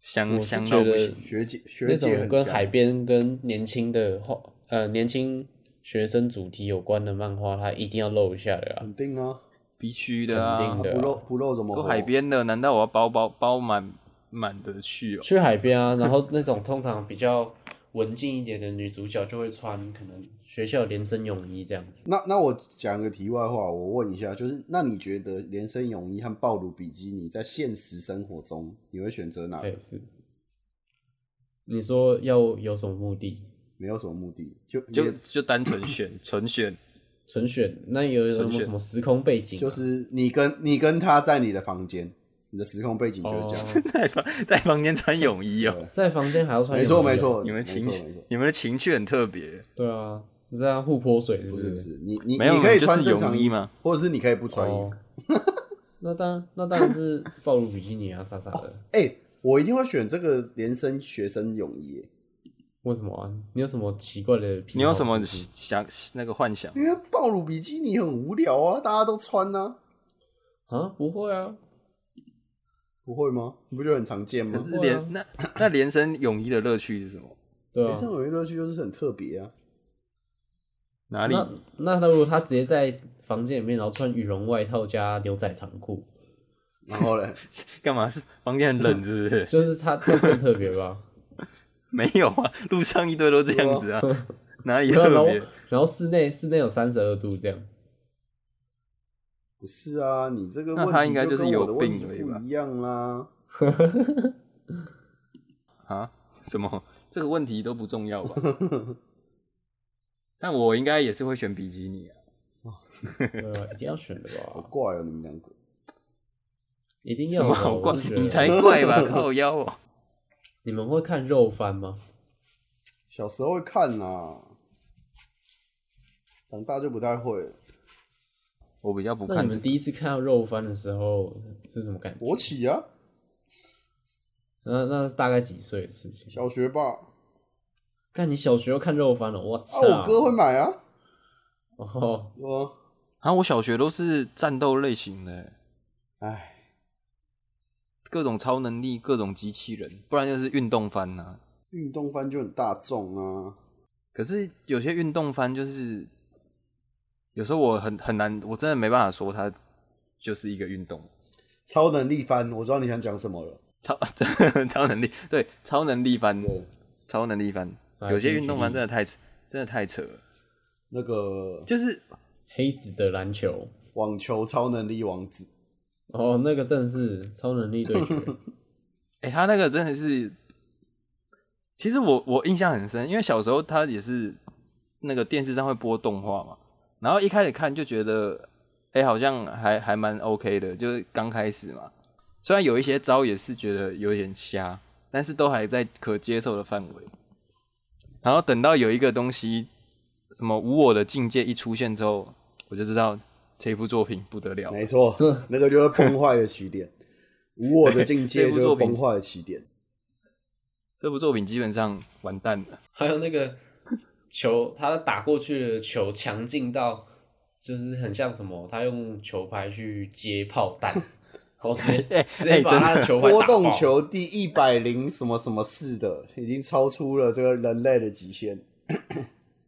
Speaker 1: 香
Speaker 2: 我是
Speaker 1: 香
Speaker 2: 觉
Speaker 1: 到不
Speaker 2: 得
Speaker 1: 行。
Speaker 3: 学姐学
Speaker 2: 那
Speaker 3: 姐
Speaker 2: 种
Speaker 3: 很
Speaker 2: 跟
Speaker 3: 香
Speaker 2: 海边跟年轻的画呃年轻学生主题有关的漫画，它一定要露一下的啊。
Speaker 3: 肯定啊，
Speaker 1: 必须的啊，
Speaker 2: 肯定
Speaker 3: 啊
Speaker 2: 的对啊
Speaker 3: 不肉不肉怎么
Speaker 1: 都
Speaker 3: 活
Speaker 1: 海？边的，难道我要包包包满满的去哦？
Speaker 2: 去海边啊，然后那种通常比较文静一点的女主角就会穿可能学校连身泳衣这样子。
Speaker 3: 那那我讲个题外话，我问一下，就是那你觉得连身泳衣和暴露比基尼在现实生活中，你会选择哪个
Speaker 2: 对，？是。你说要有什么目的？
Speaker 3: 没有什么目的，就
Speaker 1: 就
Speaker 3: 也
Speaker 1: 就单纯 选纯选，
Speaker 2: 纯选？那有什
Speaker 1: 纯
Speaker 2: 么
Speaker 1: 选
Speaker 2: 什么时空背景啊、
Speaker 3: 就是你跟你跟他在你的房间，你的时空背景就是这样。
Speaker 2: 哦，
Speaker 1: 在房在房间穿泳衣哦。
Speaker 2: 在房间还要穿
Speaker 3: 没
Speaker 2: 泳衣哦、
Speaker 3: 错没错，
Speaker 1: 你们情
Speaker 3: 没错没错，
Speaker 1: 你们的情绪很特别，
Speaker 2: 对啊，你这样互泼水是不
Speaker 3: 不是
Speaker 2: 是？
Speaker 3: 不是，你你
Speaker 1: 没有
Speaker 3: 你可以
Speaker 1: 就是
Speaker 3: 穿正常
Speaker 1: 泳衣
Speaker 3: 衣服
Speaker 1: 嘛，
Speaker 3: 或者是你可以不穿衣
Speaker 2: 哦
Speaker 3: 服。，
Speaker 2: 那当那当然是暴露比基尼啊，傻傻的。
Speaker 3: 哎，我一定会选这个连身学生泳衣耶，
Speaker 2: 为什么啊？你有什么奇怪的癖好？
Speaker 1: 你有什么
Speaker 2: 是不是
Speaker 1: 想那个幻想？
Speaker 2: 啊
Speaker 3: 因为暴露比基尼很无聊啊，大家都穿啊，
Speaker 2: 啊？不会啊，
Speaker 3: 不会吗？你不觉得很常见吗
Speaker 1: 可？是
Speaker 2: 会啊
Speaker 1: 连那那连身泳衣的乐趣是什么？
Speaker 2: 对
Speaker 3: 连
Speaker 2: 啊。
Speaker 3: 身泳衣乐趣就是很特别啊，
Speaker 1: 哪里？
Speaker 2: 那那如果他直接在房间里面，然后穿羽绒外套加牛仔长 裤，
Speaker 3: 然后嘞，
Speaker 1: 干嘛是房间很冷是不是？
Speaker 2: 就是他这样更特别 吧？
Speaker 1: 没有啊，路上一堆都这样子啊， 哪里
Speaker 2: 然后然
Speaker 1: 特
Speaker 2: 后
Speaker 1: 别？
Speaker 2: 然后室内室内有三十二度 这样，
Speaker 3: 不是啊，你这个
Speaker 1: 那
Speaker 3: 问
Speaker 1: 他
Speaker 3: 题
Speaker 1: 应该
Speaker 3: 就
Speaker 1: 就是
Speaker 3: 跟我
Speaker 1: 有
Speaker 3: 的问
Speaker 1: 病
Speaker 3: 题
Speaker 1: 而已
Speaker 3: 不
Speaker 1: 吧
Speaker 3: 一样啦。
Speaker 1: 啊？什么？这个问题都不重要 吧？但我应该也是会选比基尼啊。
Speaker 2: 对啊，一定要选的
Speaker 3: 好
Speaker 2: 吧？
Speaker 3: 怪哦，你们两个。
Speaker 2: 一定
Speaker 1: 什
Speaker 2: 要吧
Speaker 1: 么好怪？
Speaker 2: 我是觉得
Speaker 1: 你才怪 吧？靠腰哦！
Speaker 2: 你们会看肉番吗？
Speaker 3: 小时候会看啦、长大就不太会了。
Speaker 1: 我比较不
Speaker 2: 那
Speaker 1: 看
Speaker 2: 你
Speaker 1: 这
Speaker 2: 们
Speaker 1: 个，
Speaker 2: 第一次看到肉番的时候是什么感觉？
Speaker 3: 国企啊，
Speaker 2: 那那是大概几岁的事情？
Speaker 3: 小学吧。啊，
Speaker 2: 看你小学又看肉番了，我操！
Speaker 3: 我哥会买啊。
Speaker 2: 哦，
Speaker 3: 我，
Speaker 1: 啊，我小学都是战斗类型的，
Speaker 3: 哎，
Speaker 1: 各种超能力，各种机器人，不然就是运动番呐、啊。
Speaker 3: 运动番就很大众啊。
Speaker 1: 可是有些运动番就是，有时候我很很难，我真的没办法说它就是一个运动。
Speaker 3: 超能力番，我知道你想讲什么了。
Speaker 1: 超 超能力，对，超能力番，
Speaker 3: 对，
Speaker 1: 超能力番，
Speaker 2: 来
Speaker 1: 有些
Speaker 2: 请
Speaker 1: 运动
Speaker 2: 举
Speaker 1: 番
Speaker 2: 例
Speaker 1: 真的太扯，真的太扯了。
Speaker 3: 那个
Speaker 1: 就是
Speaker 2: 黑子的篮球，
Speaker 3: 网球超能力王子，
Speaker 2: 哦，那个正是超能力对 决，
Speaker 1: 哎、他那个真的是，其实我我印象很深，因为小时候他也是那个电视上会播动画嘛，然后一开始看就觉得，哎、好像还还蛮 OK 的，就是刚开始嘛。虽然有一些招也是觉得有点瞎，但是都还在可接受的范围。然后等到有一个东西，什么无我的境界一出现之后，我就知道这部作品不得了。
Speaker 3: 没错，那个就是崩坏的起 点，无我的境界
Speaker 1: 对这部
Speaker 3: 就是
Speaker 1: 作品
Speaker 3: 崩坏的起点。
Speaker 1: 这部作品基本上完蛋了。
Speaker 2: 还有那个球，他打过去的球强劲到，就是很像什么，他用球拍去接炮弹，然后直接直接把他的球拍
Speaker 3: 波
Speaker 2: 打爆
Speaker 3: 动。球第一百零什么什么式的，已经超出了这个人类的极限。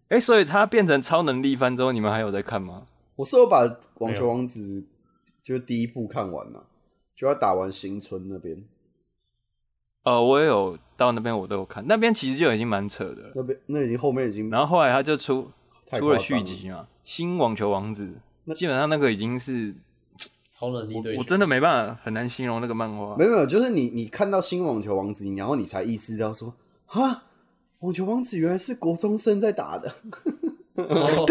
Speaker 1: 哎、所以他变成超能力番之后，你们还有在看吗？
Speaker 3: 我是有把《网球王子》就第一部看完了，就要打完新村那边，
Speaker 1: 呃，我也有到那边，我都有看，那边其实就已经蛮扯的了。
Speaker 3: 那边那已经后面已经
Speaker 1: 然后后来他就出
Speaker 3: 太夸张
Speaker 1: 出了续集嘛，《新网球王子》，基本上那个已经是
Speaker 2: 超能力
Speaker 1: 我
Speaker 2: 对
Speaker 1: 我
Speaker 2: 决，
Speaker 1: 真的没办法很难形容那个漫画
Speaker 3: 没。有没有，就是你你看到新网球王子，然后你才意识到说，哈，网球王子原来是国中生在打的，
Speaker 2: 然 后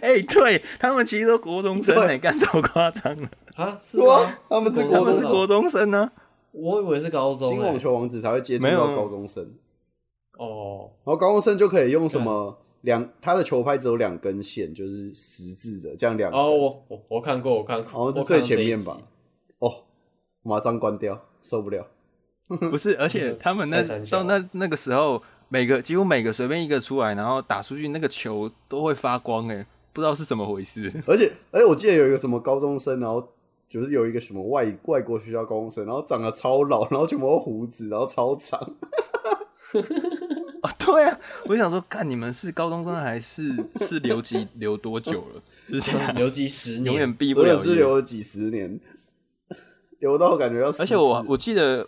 Speaker 1: 哎、对他们其实都国中生、欸，干超夸张的，
Speaker 2: 啊是吗？
Speaker 3: 他们是
Speaker 1: 他
Speaker 3: 国
Speaker 1: 们
Speaker 3: 中
Speaker 1: 是
Speaker 3: 生
Speaker 1: 国
Speaker 2: 中，
Speaker 1: 中生啊呢、
Speaker 2: 我以为是高中
Speaker 3: 新
Speaker 2: 欸
Speaker 3: 网球王子才会接触
Speaker 1: 没有
Speaker 3: 到高中生，然
Speaker 2: 哦，
Speaker 3: 后高中生就可以用什么两，他的球拍只有两根线，就是十字的，这样两根，
Speaker 2: 哦我我我看过，我看
Speaker 3: 好
Speaker 2: 过，
Speaker 3: 哦像是
Speaker 2: 我看
Speaker 3: 最
Speaker 2: 到这
Speaker 3: 前
Speaker 2: 一
Speaker 3: 面
Speaker 2: 集
Speaker 3: 吧，哦，马上关掉，受不了，嗯
Speaker 1: 不是，而且他们那
Speaker 2: 太三小
Speaker 1: 到那那个时候，每个几乎每个随便一个出来，然后打出去那个球都会发光、欸，哎，不知道是怎么回事。
Speaker 3: 而且而且我记得有一个什么高中生，然后。就是有一个什么外外国学校高中生，然后长得超老，然后全部都胡子，然后超长，
Speaker 1: 哦，对啊，我想说，看你们是高中生还是是留级留多久了？是这样，
Speaker 2: 留级十年，
Speaker 1: 永远毕不
Speaker 3: 真
Speaker 1: 了
Speaker 3: 的
Speaker 1: 业。
Speaker 3: 是留了几十年，留到感觉要死。
Speaker 1: 而且我我记得，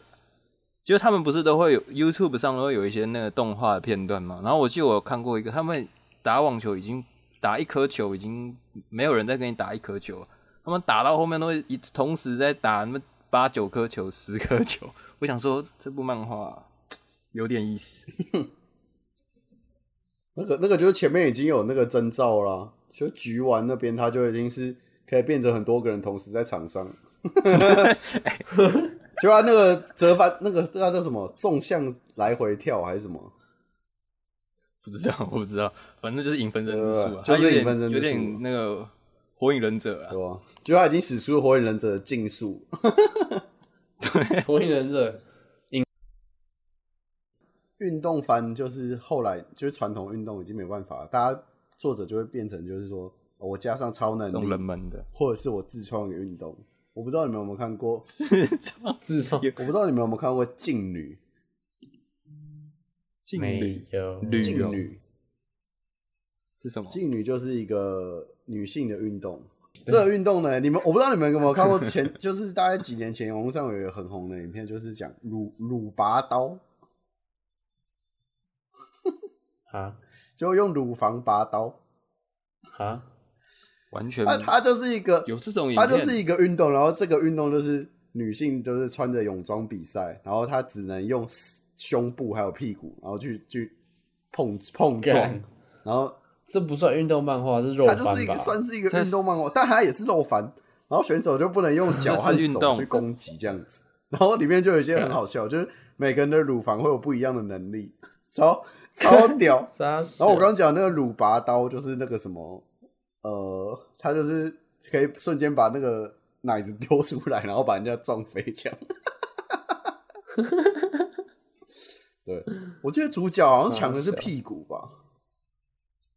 Speaker 1: 就是他们不是都会有 YouTube 上都会有一些那个动画的片段嘛。然后我记得我有看过一个，他们打网球已经打一颗球，已经没有人再跟你打一颗球了，他们打到后面都会一同时在打那么八九颗球、十颗球。 我想说，这部漫画有点意思。
Speaker 3: 那个那个就是前面已经有那个征兆啦，就局玩那边他就已经是可以变成很多个人同时在场上。 就他那个折返，那个那叫什么纵向来回跳还是什么？
Speaker 1: 不知道，我不知道，反正就是影分身之术啊，
Speaker 3: 对
Speaker 1: 它有
Speaker 3: 就是
Speaker 1: 点
Speaker 3: 影分身之术
Speaker 1: 有点那个火影忍者啊
Speaker 3: 对。吧？就他已经使出火影忍者的禁术，
Speaker 2: 火影忍者
Speaker 3: 运动番就是后来就是传统运动已经没办法了，大家作者就会变成就是说、哦我加上超能
Speaker 1: 这种
Speaker 3: 力，
Speaker 1: 冷门 的，
Speaker 3: 或者是我自创的运动。我不知道你们有没有看过，
Speaker 2: 自创
Speaker 3: 我不知道你们有没有看过《劲女
Speaker 1: 劲
Speaker 2: 没
Speaker 1: 旅
Speaker 2: 有
Speaker 1: 旅》？
Speaker 3: 劲
Speaker 1: 哦
Speaker 3: 女，
Speaker 1: 是什么？
Speaker 3: 劲女就是一个女性的运动。这个运动呢，你们我不知道你们有没有看过 前，就是大概几年前网络上有一个很红的影片，就是讲乳乳拔刀，
Speaker 2: 啊
Speaker 3: 就用乳房拔刀。
Speaker 2: 啊
Speaker 1: 完全
Speaker 3: 它它就是一个
Speaker 1: 有这种影
Speaker 3: 它
Speaker 1: 片，
Speaker 3: 啊就是一个运动，然后这个运动就是女性就是穿着泳装比赛，然后她只能用胸部还有屁股，然后去去碰碰撞，
Speaker 2: 干
Speaker 3: 然后
Speaker 2: 这不算运动漫画，是肉
Speaker 3: 它
Speaker 2: 番
Speaker 3: 就是一
Speaker 2: 吧。
Speaker 3: 个？算是一个
Speaker 1: 这
Speaker 3: 运动漫画，但它也是肉番，然后选手就不能用脚和
Speaker 1: 这是运
Speaker 3: 手
Speaker 1: 动
Speaker 3: 去攻击这样子，然后里面就有一些很好笑，就是每个人的乳房会有不一样的能力，超超屌
Speaker 2: 啥？
Speaker 3: 然后我刚刚讲那个乳拔刀就是那个什么，呃，它就是可以瞬间把那个奶子丢出来，然后把人家撞飞这样。对，我记得主 角好像抢的是
Speaker 2: 傻小
Speaker 3: 屁股吧？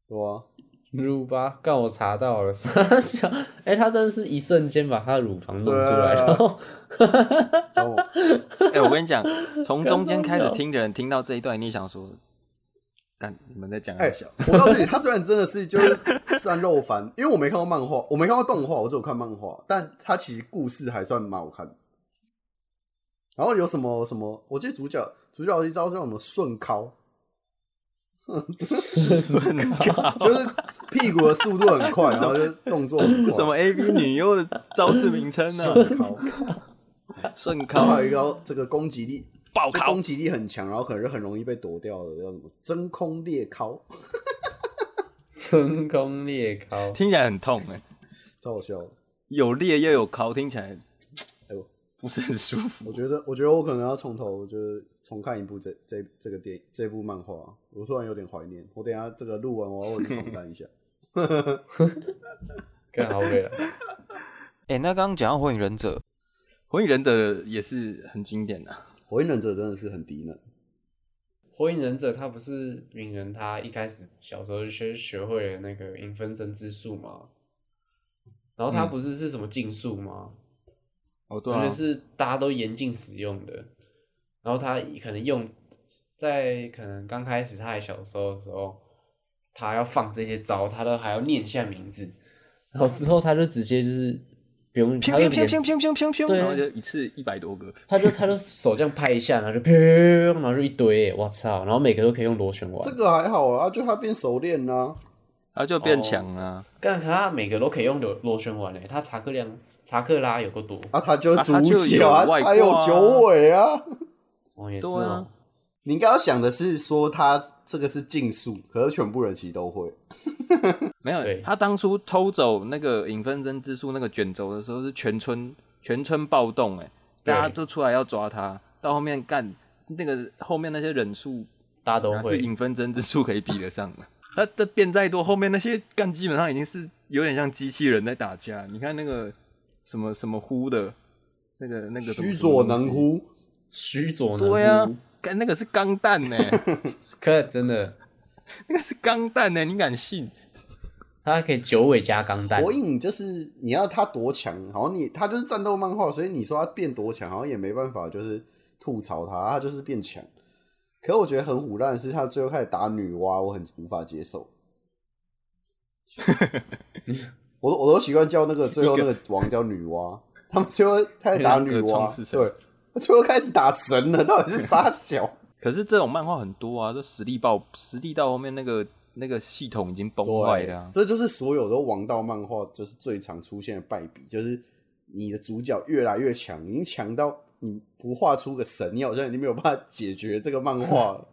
Speaker 3: 对啊，
Speaker 2: 乳吧，刚我查到了， 傻笑。哎、他真的是一瞬间把他的乳房弄出来，
Speaker 3: 对啊
Speaker 2: 然后
Speaker 3: 然后我
Speaker 1: 哎、我跟你讲，从中间开始
Speaker 2: 干
Speaker 1: 听的人听到这一段，你也想说，干你们在讲
Speaker 3: 哎、
Speaker 1: 很小，
Speaker 3: 我告诉你，他虽然真的是就是算肉番，因为我没看过漫画，我没看过动画，我只有看漫画，但他其实故事还算蛮好看的。然后有什么什么，我记得主角主角有一招叫什么顺尻，
Speaker 1: 哦
Speaker 3: 就是屁股的速度很快，然后就是动作很 快。
Speaker 1: 什么 A B 女优的招式名称呢、
Speaker 3: 顺尻？
Speaker 1: 顺
Speaker 3: 然后还
Speaker 1: 靠
Speaker 3: 有一个这个攻击力，
Speaker 1: 爆
Speaker 3: 就
Speaker 1: 靠
Speaker 3: 攻，击力很强，然后可能很容易被躲掉的，叫什么真空裂尻。
Speaker 2: 真功烈 高，
Speaker 1: 听起来很痛哎、
Speaker 3: 超好笑的。
Speaker 1: 有裂又有烤，听起来
Speaker 3: 哎呦
Speaker 1: 不是很舒服
Speaker 3: 我。觉得，我觉得我可能要从头，我就是重看一部这这这个电这部漫画，我突然有点怀念。我等一下这个录完，我要回去 重看一下。
Speaker 2: 更好味了。
Speaker 4: 哎、那刚刚讲到火影忍者，
Speaker 1: 火影忍者也是很经典啊的、
Speaker 3: 火影忍者真的是很低能，
Speaker 2: 火影忍者他不是鸣人，他一开始小时候就先学会了那个影分身之术嘛，然后他
Speaker 1: 嗯
Speaker 2: 不是是什么禁术吗？
Speaker 1: 哦，对
Speaker 2: 反
Speaker 1: 啊
Speaker 2: 正，是大家都严禁使用的。然后他可能用在可能刚开始他还小时候的时候，他要放这些招，他都还要念一下名字，然后之后他就直接就是不用，
Speaker 1: 砰
Speaker 2: 他
Speaker 1: 砰
Speaker 2: 就
Speaker 1: 砰
Speaker 2: 连
Speaker 1: 砰砰砰砰砰，
Speaker 2: 对啊
Speaker 1: 然后就一次一百多个，
Speaker 2: 他就他就手这样拍一下，然后就砰砰砰，然后就一堆，我操！然后每个都可以用螺旋丸
Speaker 3: 这，个还好啊，就他变熟练啊啦、
Speaker 1: 然后就变强啊。
Speaker 2: 干，可他每个都可以用螺螺旋丸诶，欸他查克量查克拉有够多，
Speaker 3: 啊，他就是
Speaker 1: 啊他
Speaker 3: 主
Speaker 1: 就
Speaker 3: 角
Speaker 1: 有
Speaker 3: 啊，
Speaker 1: 外挂啊
Speaker 3: 他有九尾啊。
Speaker 2: 哦也是
Speaker 1: 对
Speaker 2: 哦
Speaker 1: 啊，
Speaker 3: 你应该要想的是说他这个是禁术，可是全部人其实都会。
Speaker 1: 没
Speaker 2: 哦对
Speaker 1: 有，他当初偷走那个影分身之术那个卷轴的时候，是全村全村暴动、欸，哎，
Speaker 2: 对
Speaker 1: 大家都出来要抓他。到后面干那个后面那些忍术，
Speaker 2: 大家都
Speaker 1: 哪是
Speaker 2: 会。
Speaker 1: 影分身之术可以比得上的。 他他变再多，后面那些干基本上已经是有点像机器人在打架。你看那个什么什么呼的，那个那个什么
Speaker 3: 须佐能，
Speaker 1: 什么
Speaker 3: 乎，
Speaker 2: 须佐能
Speaker 1: 东西对啊
Speaker 2: 乎，，
Speaker 1: 干那个是钢弹欸呢、
Speaker 2: 可真的，
Speaker 1: 那个是钢弹欸呢，你敢信？
Speaker 2: 他可以九尾加钢弹
Speaker 3: 火。影就是你要他多强，好像你他就是战斗漫画，所以你说他变多强，好像也没办法，就是吐槽他，他就是变强。可我觉得很虎烂的是，他最后开始打女娲，我很无法接受。我都我都习惯叫那个最后那个王叫女娲，他们最后开始打
Speaker 1: 那
Speaker 3: 女
Speaker 1: 个创世
Speaker 3: 娲，啊
Speaker 1: 神
Speaker 3: 对，他最后开始打神了，到底是傻小？
Speaker 1: 可是这种漫画很多啊，这实力爆，实力到后面那个那个系统已经崩坏了、啊。
Speaker 3: 这就是所有的王道漫画就是最常出现的败笔，就是你的主角越来越强，已经强到你不画出个神，你好像已经没有办法解决这个漫画了，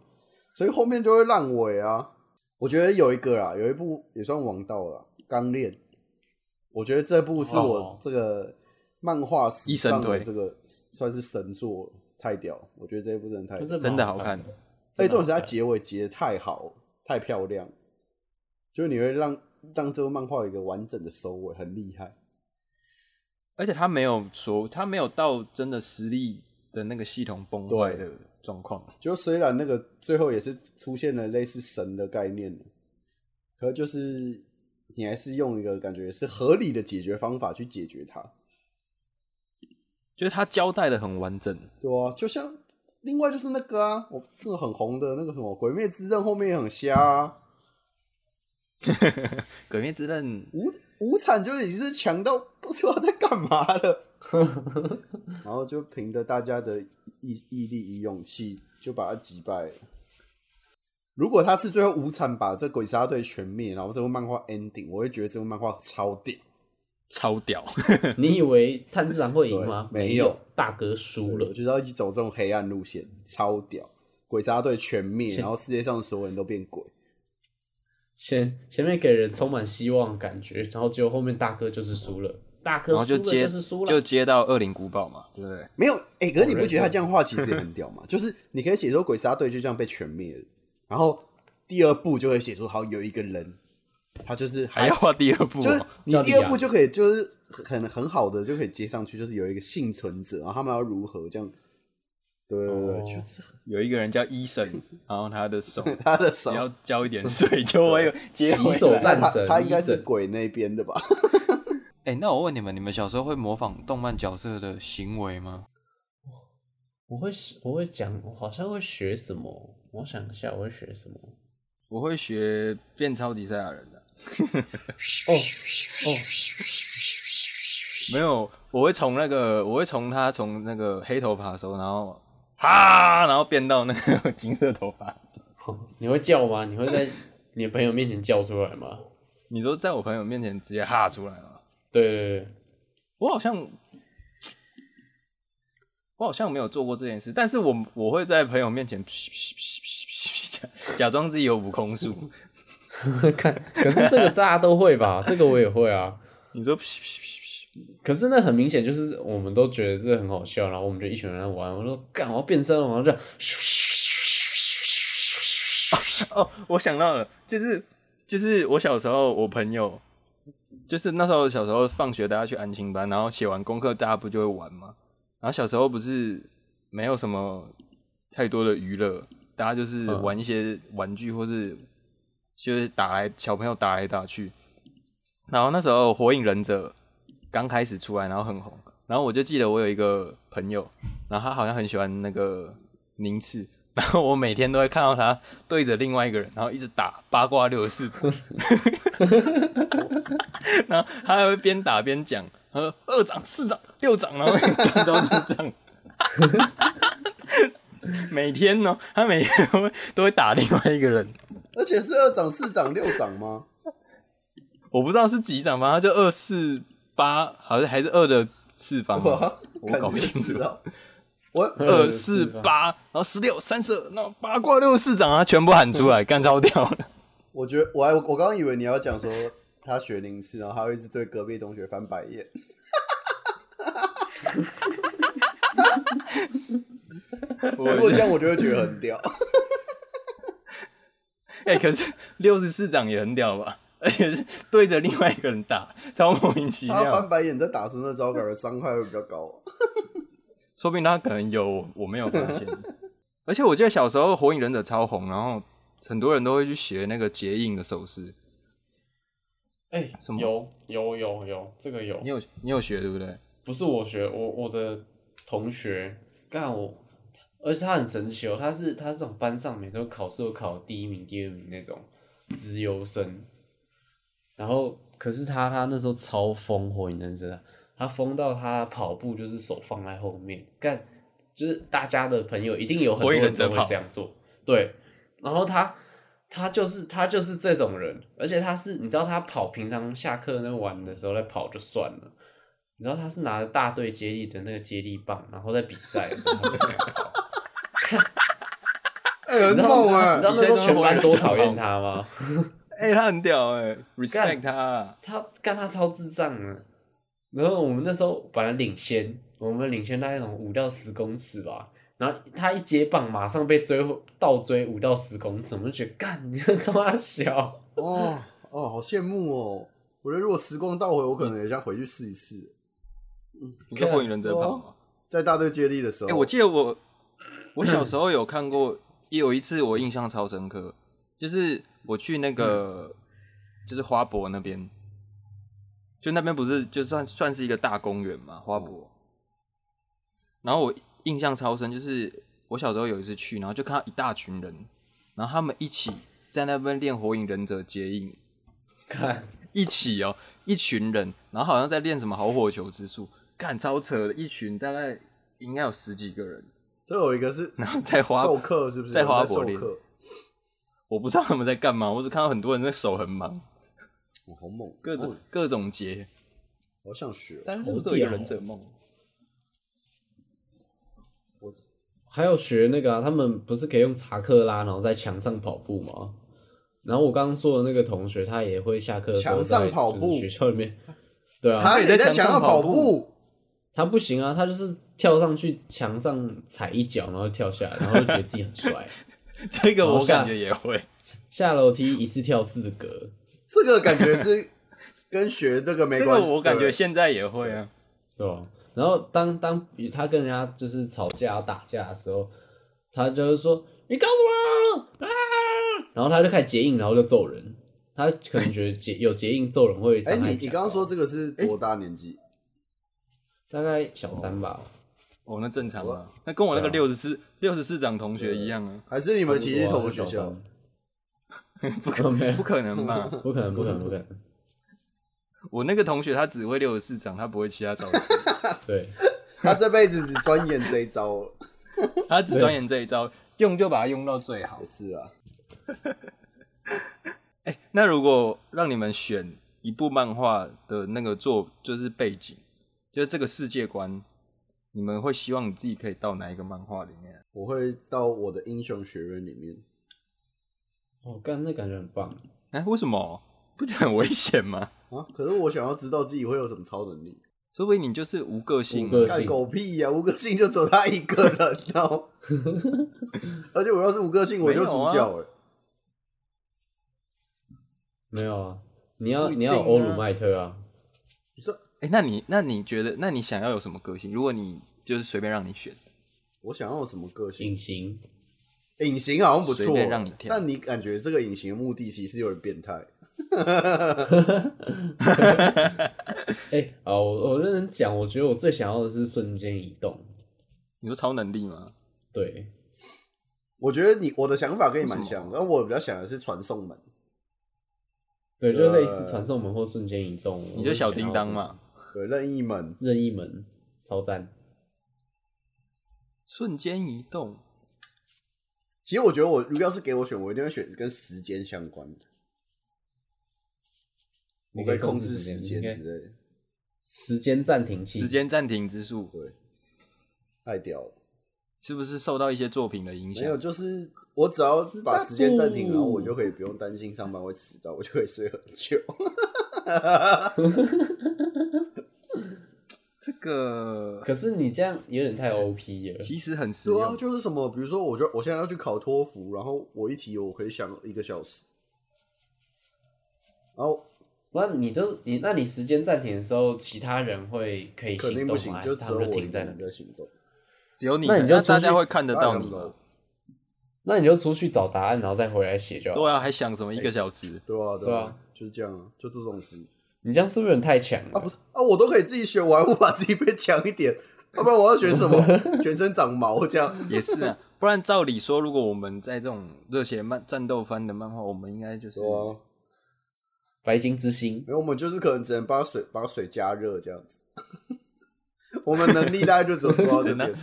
Speaker 3: 所以后面就会烂尾啊。我觉得有一个啦，有一部也算王道啦，《钢炼》，我觉得这部是我
Speaker 2: 哦
Speaker 3: 这个漫画史
Speaker 1: 一神
Speaker 3: 上
Speaker 1: 推
Speaker 3: 的这个算是神作了，太屌了！我觉得这一部真的太屌
Speaker 2: 可是
Speaker 1: 哎真的好看
Speaker 2: 蛮
Speaker 3: 所以重点
Speaker 2: 真
Speaker 3: 是
Speaker 2: 的
Speaker 3: 它
Speaker 2: 好看
Speaker 3: 结尾结的太好，太漂亮，就是你会让让这部漫画有一个完整的收尾，很厉害。
Speaker 1: 而且他没有说，他没有到真的实力的那个系统崩坏
Speaker 3: 对
Speaker 1: 的状况。
Speaker 3: 就虽然那个最后也是出现了类似神的概念，可就是你还是用一个感觉是合理的解决方法去解决它，
Speaker 1: 就是他交代的很完整，
Speaker 3: 对啊，就像另外就是那个啊，我那个很红的那个什么《鬼灭之刃》后面也很瞎啊，
Speaker 1: 《鬼灭之刃》
Speaker 3: 无无惨就已经是强到不知道在干嘛了，然后就凭着大家的毅毅力与勇气，就把他击败了。如果他是最后无惨把这鬼杀队全灭，然后这部漫画 ending，我会觉得这部漫画超屌。
Speaker 1: 超屌，
Speaker 2: 你以为炭治郎会 赢吗？
Speaker 3: 对没有
Speaker 2: 大哥输
Speaker 3: 我
Speaker 2: 了。
Speaker 3: 就是要去走这种黑暗路线，超屌！鬼杀队全灭，
Speaker 2: 切
Speaker 3: 然后世界上所有人都变鬼，
Speaker 2: 前前面给人充满希望的感觉，然后结果后面大哥就是输了，大哥
Speaker 1: 然
Speaker 2: 输
Speaker 1: 后就
Speaker 2: 了
Speaker 1: 接
Speaker 2: 是输
Speaker 1: 就
Speaker 2: 了。
Speaker 1: 接到恶灵古堡嘛，对不对？
Speaker 3: 没有哎、可是你不觉得他这样画其实也很屌吗？ 就是你可以写说鬼杀队就这样被全灭了，然后第二部就会写出好有一个人，他就是
Speaker 1: 还要画第二部、
Speaker 3: 就是
Speaker 1: 哦，
Speaker 3: 你第二步就可以，就是很很好的就可以接上去，就是有一个幸存者，然后他们要如何这样？对对对，
Speaker 2: 哦
Speaker 3: 就是
Speaker 1: 有一个人叫医生，然后他的 手
Speaker 3: 他的
Speaker 1: 只
Speaker 3: 手，
Speaker 1: 要浇一 点水就会有接回
Speaker 2: 洗手
Speaker 1: 来。
Speaker 2: 战
Speaker 3: 他
Speaker 2: 神
Speaker 3: 他应该
Speaker 2: 医
Speaker 3: 是
Speaker 2: 生
Speaker 3: 鬼那边的吧？
Speaker 4: 哎、那我问你们，你们小时候会模仿动漫角色的行为吗？
Speaker 2: 我会我会讲，我好像会学什么？我想一下，我会学什么？
Speaker 1: 我会学变超级赛亚人的、
Speaker 2: 哦哦，
Speaker 1: 没有，我会从那个，我会从他从那个黑头发的时候，然后哈，然后变到那个 金色头发。
Speaker 2: 好你会叫吗？你 会在你的朋友面前叫出来吗？
Speaker 1: 你说在我朋友面前直接哈出来吗？
Speaker 2: 对对对，
Speaker 1: 我好像，我好像没有做过这件事，但是我 我会在朋友面前假假装自己有悟空术，
Speaker 2: 看，可是这个大家都会吧？这个我也会啊。
Speaker 1: 你说， 嘘嘘嘘嘘
Speaker 2: 可是那很明显就是我们都觉得这很好笑，然后我们就一群人在玩。我说干，我要变身了，然后就
Speaker 1: 哦，我想到了，就是就是我小时候，我朋友就是那时候小时候放学大家去安亲班，然后写完功课大家不就会玩吗？然后小时候不是没有什么太多的娱乐，大家就是
Speaker 2: 嗯
Speaker 1: 玩一些玩具或是就是打来小朋友打来打去。然后那时候《火影忍者》刚开始出来，然后很红。然后我就记得我有一个朋友，然后他好像很喜欢那个宁次，然后我每天都会看到他对着另外一个人，然后一直打八卦六十四 掌，然后他还会边打边讲，他说二掌、四掌、六掌，然后 一都是这样。 每天呢，他每天都会都会打另外一个人，
Speaker 3: 而且是二长、四长、六长吗？
Speaker 1: 我不知道是几掌，反正他就二四八，好像还是二的次方吧
Speaker 3: 哇，，
Speaker 1: 哦我搞不清
Speaker 3: 感觉是
Speaker 1: 楚。
Speaker 3: 啊。我
Speaker 1: 二四八，然后十六、三十二，那八卦六十四掌，他全部喊 出来，干超屌了。
Speaker 3: 我觉得我还我刚刚以为你要 讲说他学零次，然后他会一直对隔壁同学翻白眼。如果这样，我就会觉得很 屌。
Speaker 1: 哎、可是六十四掌也很屌吧？而且是对着另外一个人打， 超莫名其
Speaker 3: 他翻
Speaker 1: 妙。
Speaker 3: 白眼再打出那招，感觉伤害会比较高。
Speaker 1: 说不定他可能有，我我没有发现。 而且我记得小时候《火影忍者》超红，然后很多人都会去学那个结印的手势。
Speaker 2: 哎、
Speaker 1: 什么
Speaker 2: 有有有有，这个有
Speaker 1: 你，有你有学对不对？
Speaker 2: 不是我学，我我的同学干我，而且他很神奇哦，他是他是这种班上每周考试都考第一名、第二名那种资优生，然后可是他他那时候超疯火影忍者啊，他疯到他跑步就是手放在后面干，就是大家的朋友一定有很多
Speaker 1: 火影
Speaker 2: 人
Speaker 1: 忍者
Speaker 2: 都会
Speaker 1: 跑
Speaker 2: 这样做，对，然后他。他就是他就是这种人，而且他是你知道他跑平常下课那玩的时候在跑就算了，你知道他是拿着大队接力的那个接力棒，然后在比赛的时候，
Speaker 3: 哎、
Speaker 2: 你
Speaker 3: 很
Speaker 2: 知道
Speaker 3: 猛哎、
Speaker 2: 你知道那时候全班多讨厌他吗？
Speaker 1: 哎、他很屌哎、r e s p e c
Speaker 2: 干
Speaker 1: t 他啊。
Speaker 2: 他干他超智障的。然后我们那时候本来领先，我们领先大概那种五到十公尺吧，然后他一接棒，马上被追回倒追五到十公尺，我们就觉得干，你看他小，
Speaker 3: 哦哦，好羡慕哦！我觉得如果时光倒回，我可能也想回去试一次，
Speaker 1: 你说《火影忍者》跑吗？
Speaker 3: 在大队接力的时候。
Speaker 1: 哎、我记得我我小时候有看过，也有一次我印象超深刻，就是我去那个、就是花博那边，就那边不是就算算是一个大公园嘛，花博。然后我印象超深，就是我小时候有一次去，然后就看到一大群人，然后他们一起在那边练《火影忍者》接应，
Speaker 2: 看
Speaker 1: 一起哦，一群人，然后好像在练什么好火球之术，干超扯的，一群大概应该有十几个人，
Speaker 3: 这有一个是
Speaker 1: 然后在花
Speaker 3: 授课，是不是？
Speaker 1: 在花
Speaker 3: 授
Speaker 1: 博林
Speaker 3: 课，
Speaker 1: 我不知道他们在干嘛，我只看到很多人在手很忙，
Speaker 3: 我好猛，
Speaker 1: 各啊种、
Speaker 3: 哦
Speaker 1: 各种结。
Speaker 3: 好想学。哦
Speaker 1: 但是
Speaker 2: 是不
Speaker 1: 不
Speaker 2: 是
Speaker 1: 是
Speaker 2: 都
Speaker 1: 有
Speaker 2: 有
Speaker 1: 一
Speaker 2: 一
Speaker 1: 个
Speaker 2: 个忍
Speaker 1: 忍
Speaker 2: 者
Speaker 1: 者梦？
Speaker 2: 还有学那个、啊，他们不是可以用查克拉，然后在墙上跑步吗？然后我刚刚说的那个同学，他也会下课的时候
Speaker 3: 墙上
Speaker 2: 在
Speaker 3: 跑
Speaker 2: 就是
Speaker 3: 步
Speaker 2: 学校里面，对啊，
Speaker 3: 他也在
Speaker 1: 在
Speaker 3: 墙
Speaker 1: 墙
Speaker 3: 上
Speaker 1: 上跑
Speaker 3: 跑步
Speaker 1: 步，
Speaker 2: 他不行啊，他就是跳上去墙上踩一脚，然后跳下来，然后就觉得自己很 帅。
Speaker 1: 这个
Speaker 2: 我
Speaker 1: 我
Speaker 2: 感
Speaker 1: 感
Speaker 2: 觉
Speaker 1: 觉也会，
Speaker 2: 下楼梯一次跳四格，
Speaker 3: 这个感觉是跟学这个没
Speaker 1: 这
Speaker 3: 关
Speaker 1: 个
Speaker 3: 系。
Speaker 1: 我感
Speaker 3: 对
Speaker 1: 觉现在也会啊。
Speaker 2: 对吧？然后当当他跟人家就是吵架打架的时候，他就是说你搞什么啊？然后他就开始结印，然后就揍人。他可能觉得结有结印揍人会
Speaker 3: 哎、
Speaker 2: 伤害。
Speaker 3: 你你刚刚说这个是
Speaker 1: 哎
Speaker 3: 多大年纪？
Speaker 2: 大概小三吧？
Speaker 1: 哦，那正常啊，那跟我那个
Speaker 2: 对
Speaker 1: 六十四六十四长同学一样啊，
Speaker 3: 还是你们其实是同个学
Speaker 2: 小
Speaker 3: 校？
Speaker 2: 三， 不可能
Speaker 1: 不，可能吧？
Speaker 2: 不可能，不可能，不可能。
Speaker 1: 我那个同学他只会六十四长，他不会其他招式，
Speaker 2: 对，
Speaker 3: 他这辈子只钻研这一招了。
Speaker 1: 他只钻研这一招，用就把它用到最好
Speaker 3: 也。是啊，
Speaker 1: 那如果让你们选一部漫画的那个作，就是背景，就是这个世界观，你们会希望你自己可以到哪一个漫画里面？
Speaker 3: 我会到我的英雄学院里面。
Speaker 2: 我、哦、干，那感觉很棒。
Speaker 1: 哎、为什么？不觉得很危险吗？
Speaker 3: 啊！可是我想要知道自己会有什么超能力，
Speaker 1: 说不定你就是无个性
Speaker 2: 无
Speaker 1: 啊，
Speaker 2: 个
Speaker 3: 干
Speaker 2: 性
Speaker 3: 狗屁呀、吴个性就只有他一个 人哦。而且我要是吴个性，我就主
Speaker 1: 啊
Speaker 3: 角了。
Speaker 2: 没有啊，你要、
Speaker 1: 不一
Speaker 2: 你要有
Speaker 1: 定啊
Speaker 2: 欧鲁麦特啊，
Speaker 3: 你说
Speaker 1: 哎、那你那你觉得，那你想要有什么个性？如果你就是随便让你选，
Speaker 3: 我想要有什么个性？
Speaker 2: 隐形
Speaker 3: 隐形好像不
Speaker 1: 随
Speaker 3: 错，
Speaker 1: 便让你跳
Speaker 3: 但你感觉这个隐形的目的其实有点变态。
Speaker 2: 哎、啊，我我认真讲，我觉得我最想要的是瞬间移动。
Speaker 1: 你说超能力吗？
Speaker 2: 对，
Speaker 3: 我觉得你我的想法跟你蛮
Speaker 1: 为什
Speaker 3: 像
Speaker 1: 么，
Speaker 3: 但我比较想的是传送门。
Speaker 2: 对，就类似
Speaker 3: 呃
Speaker 2: 传送门或瞬间移动。
Speaker 1: 你
Speaker 2: 就
Speaker 1: 就小叮当嘛，，
Speaker 3: 对，任意门，
Speaker 2: 任意门，超赞。
Speaker 1: 瞬间移动，
Speaker 3: 其实我觉得我如果要是给我选，我一定会选跟时间相关的。
Speaker 2: 你
Speaker 3: 我
Speaker 2: 可以
Speaker 3: 以控
Speaker 2: 控制
Speaker 3: 制
Speaker 2: 时
Speaker 3: 时
Speaker 2: 间
Speaker 3: 间
Speaker 2: 你可以
Speaker 3: 之类的，
Speaker 2: 时间暂停器，
Speaker 1: 时间暂停之术，
Speaker 3: 太屌了。
Speaker 1: 是不是受到一些作品的影
Speaker 3: 没有，
Speaker 1: 响？
Speaker 3: 就是我只要把时间暂
Speaker 2: 是大
Speaker 3: 停，
Speaker 2: 步
Speaker 3: 然后我就可以不用担心上班会迟到，我就可以睡很 久。
Speaker 1: 这个
Speaker 2: 可是你这样有点太 OP 了。
Speaker 1: 其实很实
Speaker 3: 对啊，
Speaker 1: 用，
Speaker 3: 就是什么，比如说，我就我现在要去考托福，然后我一题我可以想一个小时，然后
Speaker 2: 那你都你那你时间暂停的时候，其他人会可以
Speaker 3: 肯
Speaker 2: 行
Speaker 3: 定
Speaker 2: 动
Speaker 3: 不
Speaker 2: 吗？
Speaker 3: 行，
Speaker 2: 还
Speaker 3: 就是只
Speaker 2: 他
Speaker 3: 有
Speaker 2: 们就
Speaker 3: 我一
Speaker 2: 停
Speaker 3: 个
Speaker 2: 在那
Speaker 3: 人
Speaker 2: 里？
Speaker 3: 在行动。
Speaker 1: 只有你，
Speaker 2: 那你就出去
Speaker 1: 大家会看得到你
Speaker 3: 大家看不
Speaker 1: 吗
Speaker 3: 到？
Speaker 2: 那你就出去找答案，然后再回来写就好。
Speaker 1: 对啊，还想什么一个小时？
Speaker 3: 对啊，
Speaker 2: 对
Speaker 3: 对
Speaker 2: 啊
Speaker 3: 啊，就是这样啊，就这种事
Speaker 2: 你这样是不是有点太强了？
Speaker 3: 啊，不是啊，我都可以自己选，我还不把自己变强一点，要不然我要选什么？全身长毛这样？
Speaker 1: 也是啊，不然照理说，如果我们在这种热血漫战斗番的漫画，我们应该就是
Speaker 3: 对啊，
Speaker 2: 白金之星
Speaker 3: 没有，我们就是可能只能把水把水加热这样子，我们能力大概就只有做到这
Speaker 1: 真的
Speaker 3: 边。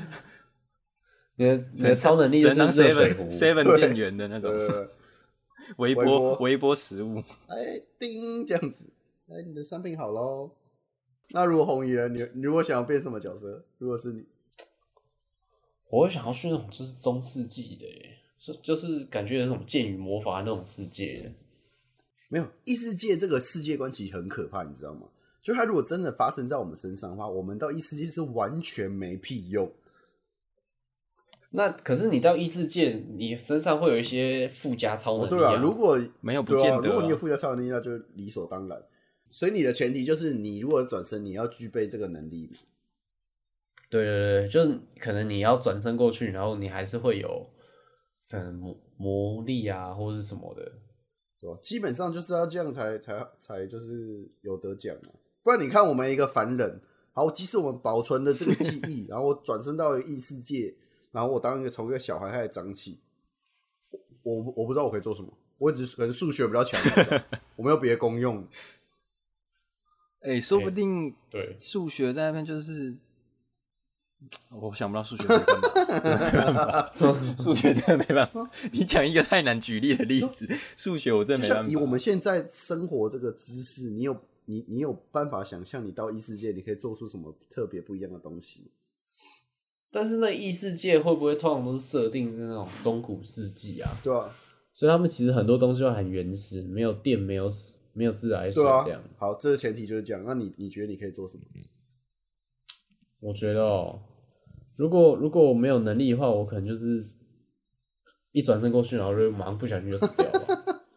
Speaker 2: 你的你的超能力就是
Speaker 1: 只能
Speaker 2: 热
Speaker 1: 当
Speaker 2: 水
Speaker 1: seven
Speaker 2: 壶，
Speaker 1: seven
Speaker 3: 对
Speaker 1: 店员的那种
Speaker 3: 对对对，
Speaker 1: 微
Speaker 3: 微
Speaker 1: 波
Speaker 3: 波
Speaker 1: 微波食物。
Speaker 3: 哎，叮这样子，哎，你的商品好喽。那如果红衣人，你你如果想要变什么角色？如果是你，
Speaker 2: 我会想要去那种就是中世纪的耶，就就是感觉有种剑与魔法那种世界。
Speaker 3: 没有异世界这个世界观其实很可怕，你知道吗？就它如果真的发生在我们身上的话，我们到异世界是完全没屁用。
Speaker 2: 那可是你到异世界，你身上会有一些附加超
Speaker 3: 哦，
Speaker 2: 能
Speaker 3: 对
Speaker 2: 力
Speaker 3: 啊，如果
Speaker 1: 没有不
Speaker 3: 对
Speaker 1: 见
Speaker 3: 啊，
Speaker 1: 得
Speaker 3: 如果
Speaker 1: 啊
Speaker 3: 你有附加超能力，那就理所当然。所以你的前提就是，你如果转身，你要具备这个能力。
Speaker 2: 对对对，就是可能你要转身过去，然后你还是会有这魔魔力啊，或者是什么的。
Speaker 3: 对吧？基本上就是要这样才才才就是有得奖嘛，不然你看我们一个凡人，好，即使我们保存了这个记 忆，然后我转身到一个异世界，然后我当一个从一个小孩开始长起，我我我不知道我可以做什么，我只是可能数学比较强，我没有别的功用，
Speaker 1: 哎、说不定
Speaker 2: 对，
Speaker 1: 数学在那边就是， 我想不到数学没办法，真的没 办法，数学真的没办法。你讲一个太难举例的例 子，数学我真
Speaker 3: 就
Speaker 1: 的没办
Speaker 3: 像
Speaker 1: 法。
Speaker 3: 以我们现在生活这个知识，你有你你有办法想象你到异世界，你可以做出什么特别不一样的东西吗？
Speaker 2: 但是那异世界会不会通常都是设定是那种中古世纪啊？
Speaker 3: 对啊，
Speaker 2: 所以他们其实很多东西都很原始，没有电，没有水没有自来水
Speaker 3: 对啊
Speaker 2: 这样。，
Speaker 3: 好，这个前提就是这样。那你你觉得你可以做什么？
Speaker 1: 嗯
Speaker 2: 我觉得哦，如果如果我没有能力的话，我可能就是一转身过去，然后就马上不小心就死掉了。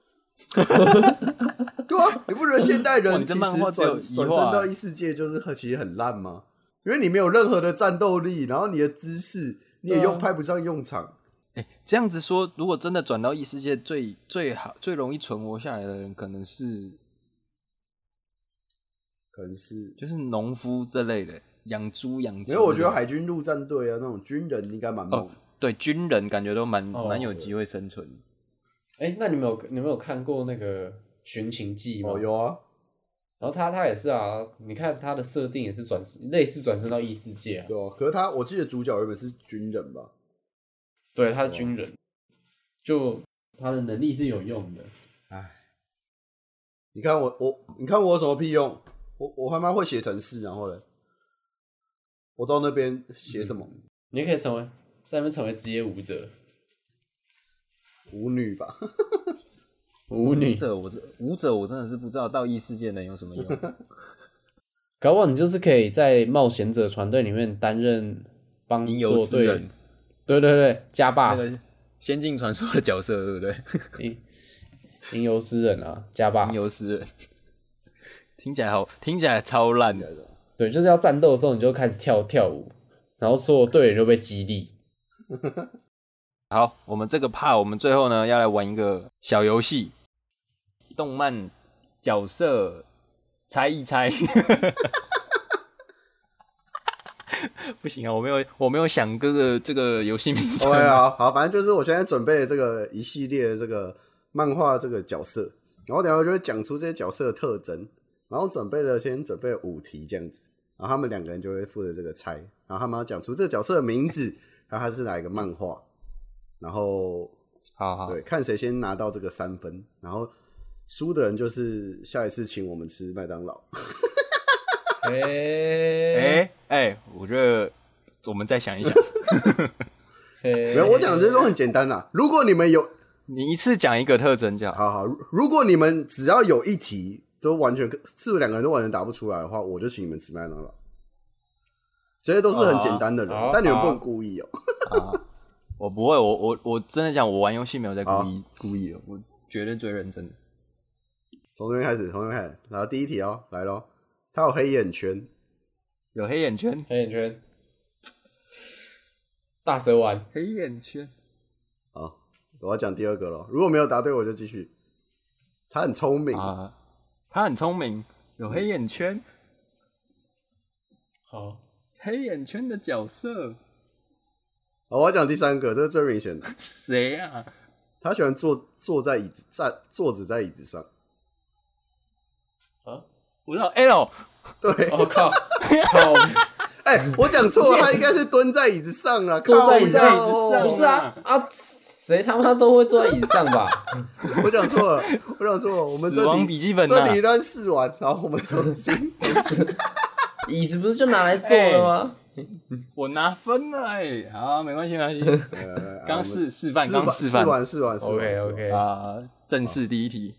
Speaker 3: 对啊，你不觉得现代
Speaker 1: 哇
Speaker 3: 人
Speaker 1: 你
Speaker 3: 其
Speaker 1: 这
Speaker 3: 实
Speaker 1: 漫画
Speaker 3: 转
Speaker 1: 只有一
Speaker 3: 转
Speaker 1: 啊
Speaker 3: 身
Speaker 1: 画
Speaker 3: 到异世界就是很其实很烂吗？因为你没有任何的战斗力，然后你的知识你也
Speaker 2: 对啊
Speaker 3: 用派不上用场。
Speaker 1: 这样子说，如果真的转到异世界，最最好最容易存活下来的人，可能是
Speaker 3: 可能是
Speaker 1: 就是农夫这类的，养猪养猪。
Speaker 3: 没有，我觉得海军陆战队啊那种军人应该蛮猛的。
Speaker 1: 对军人感觉都蛮
Speaker 2: 哦
Speaker 1: 蛮、有机会生存的。
Speaker 2: 哎、那你们有你们有看过那个《寻秦记》吗？
Speaker 3: 哦，有啊，
Speaker 2: 然后他他也是啊，你看他的设定也是转类似转身到异世界啊，
Speaker 3: 对啊。可是他，我记得主角原本是军人吧？
Speaker 2: 对，
Speaker 3: 哦
Speaker 2: 他是军人，就他的能力是有用的。
Speaker 3: 你看我，我你看我有什么屁用？我我他妈会写程式，然后嘞，我到那边写什么、
Speaker 2: 你也可以成为在那边成为职业舞者，
Speaker 3: 舞女吧？
Speaker 2: 舞
Speaker 1: 舞
Speaker 2: 女，
Speaker 1: 者我这舞者我真的是不知道到异世界能有什么用。
Speaker 2: 搞不好你就是可以在冒险者团队里面担任帮
Speaker 1: 吟游
Speaker 2: 做
Speaker 1: 诗
Speaker 2: 队
Speaker 1: 人，，
Speaker 2: 对对对，加
Speaker 1: 那
Speaker 2: buff，
Speaker 1: 个《仙境传说》的角色，对不 对？
Speaker 2: 吟吟游诗人啊，加
Speaker 1: 吟
Speaker 2: buff，
Speaker 1: 游诗人，啊听起来好，听起来超烂的。
Speaker 2: 对，就是要战斗的时候你就开始跳跳舞，然后所有队员就被激励。
Speaker 1: 好，我们这个 part 我们最后呢要来玩一个小游戏，动漫角色猜一猜。 不行啊，我没有我没有想哥哥这个游戏名称。
Speaker 3: OK，好啊好，反正就是我现在准备的这个一系列的这个漫画这个角色，然后等一下我就会讲出这些角色的特征，然后准备了先准备五题这样子，然后他们两个人就会负责这个猜，然后他们要讲出这个角色的名字，然后他是哪一个漫画，然后
Speaker 1: 好好，
Speaker 3: 对，看谁先拿到这个三分，然后输的人就是下一次请我们吃麦当劳。
Speaker 2: 哎、
Speaker 1: 哎
Speaker 2: 欸、
Speaker 1: 哎、我觉得我们再想一想，
Speaker 2: 没
Speaker 3: 没有，我讲的这些都很简单啦。如果你们有
Speaker 1: 你一次讲一个特征就好。
Speaker 3: 好好，如如果你们只要有一题都完全是不是两个人都完全答不出来的话，我就请你们吃麦当劳。这些都是很简单的人，
Speaker 2: 好啊
Speaker 3: 但你们不
Speaker 2: 好啊
Speaker 3: 能故意哦、
Speaker 1: 我不会，我我我真的讲，我玩游戏没有在故
Speaker 3: 好
Speaker 1: 意故意的，我绝对最认真的。
Speaker 3: 从这边开始，从这边开始，然后第一题哦、来喽。他有黑眼圈，
Speaker 1: 有黑眼圈，
Speaker 2: 黑眼圈，大蛇丸，
Speaker 1: 黑眼圈，
Speaker 3: 好，我要讲第二个喽。如果没有答对，我就继续。他很聪明，
Speaker 1: 啊，他很聪明，有黑眼圈，
Speaker 2: 好，
Speaker 1: 黑眼圈的角色
Speaker 3: 好，哦我要讲第三个，这是最明显的。
Speaker 1: 谁啊？
Speaker 3: 他喜欢坐坐在椅子站坐着在椅子上，
Speaker 2: 啊，
Speaker 1: 我知道 L，
Speaker 3: 对，
Speaker 1: 哦
Speaker 2: 我、靠，靠，
Speaker 3: 哎、我讲错 了，他应该是蹲在椅子上啊，
Speaker 2: 坐在
Speaker 3: 靠
Speaker 2: 椅子上
Speaker 3: 腰哦
Speaker 2: 不是啊啊，谁他妈都会坐在椅子上吧？
Speaker 3: 我讲错了，我讲错了，我们这
Speaker 1: 死亡
Speaker 3: 题
Speaker 1: 笔记本啊
Speaker 3: 这
Speaker 1: 呐、
Speaker 3: 题单试完，然后我们 重新。
Speaker 2: 椅子不是就拿来坐的吗？
Speaker 1: 我拿分了哎、好，没关系，没关 系，
Speaker 3: 呃
Speaker 1: 刚试示范，
Speaker 3: 试
Speaker 1: 刚
Speaker 3: 完
Speaker 1: 示
Speaker 3: 试
Speaker 1: 范
Speaker 3: 完试完试完
Speaker 2: OK
Speaker 3: 试完
Speaker 2: OK，
Speaker 1: 啊，正式第一题，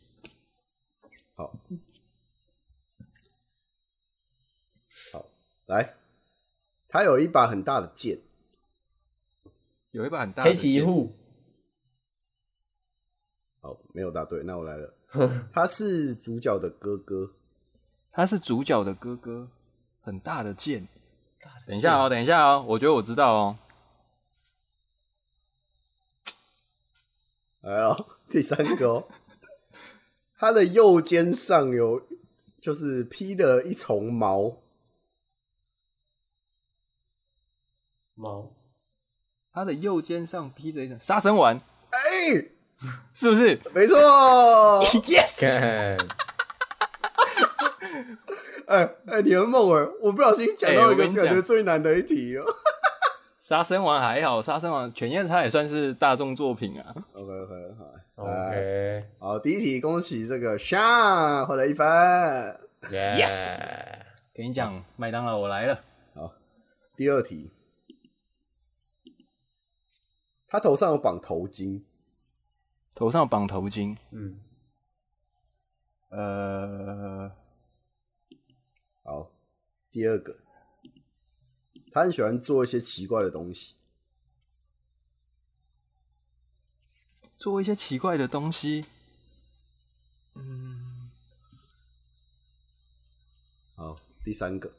Speaker 3: 来，他有一把很大的剑，
Speaker 1: 有一把很大的
Speaker 2: 黑崎一
Speaker 1: 剑
Speaker 2: 护，
Speaker 3: 好，哦没有答对，那我 来了。他是主角的哥哥，
Speaker 1: 他是主角的哥哥，很大的剑。等一下哦，等一下哦，我觉得我知道哦，
Speaker 3: 来了，第三个哦， 他的右肩上有就是披了一重毛，
Speaker 2: 毛，
Speaker 1: 他的右肩上披着一层杀生丸，
Speaker 3: 哎、
Speaker 1: 是不是
Speaker 3: 没错，
Speaker 1: ？Yes，
Speaker 2: 看，
Speaker 3: 哎哎、你很猛哎、我不小心讲
Speaker 1: 哎
Speaker 3: 到
Speaker 1: 我
Speaker 3: 一个
Speaker 1: 跟你
Speaker 3: 感觉
Speaker 1: 讲
Speaker 3: 最难的一题 哦了。
Speaker 1: 杀生丸还好，杀生丸犬夜叉也算是大众作品啊。
Speaker 3: OK OK 好，来
Speaker 2: OK，
Speaker 3: 好，第一题恭喜这个夏获得一分。
Speaker 2: yes，
Speaker 1: 跟你讲，麦当劳我来了，
Speaker 3: 第二题，他头上有绑头巾，
Speaker 1: 头上绑头巾，
Speaker 2: 嗯，
Speaker 1: 呃，
Speaker 3: 好，第二个，他很喜欢做一些奇怪的东西，
Speaker 1: 做一些奇怪的东西。嗯，
Speaker 3: 好，第三个，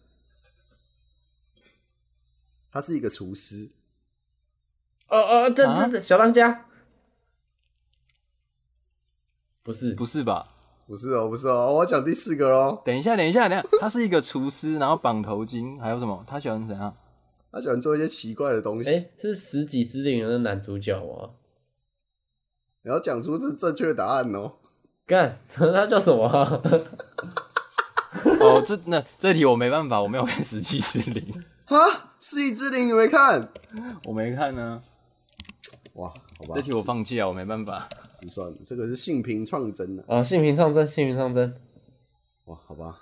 Speaker 3: 他是一个厨师，
Speaker 2: 哦哦，这
Speaker 1: 啊
Speaker 2: 这这小当家，不是
Speaker 1: 不是吧？
Speaker 3: 不是哦，不是哦，我要讲第四个喽，
Speaker 1: 等一下，等一下，等一 下，他是一个厨师，然后绑头巾，还有什么？他喜欢怎样？
Speaker 3: 他喜欢做一些奇怪的东西，
Speaker 2: 哎、是《十几之灵》的男主角哦吗？
Speaker 3: 你要讲出这正确的答案哦。
Speaker 2: 干， 他叫什么啊？
Speaker 1: 哦，这那这题我没办法，我没有看《十七之灵》，
Speaker 3: 哈，是一只灵，你没看？
Speaker 1: 我没看呢、
Speaker 3: 哇，好吧，
Speaker 1: 这题我放弃啊，我没办法。
Speaker 3: 失算了，这个是性平创真的、
Speaker 2: 哦，性平上真，性平上真，
Speaker 3: 哇，好吧。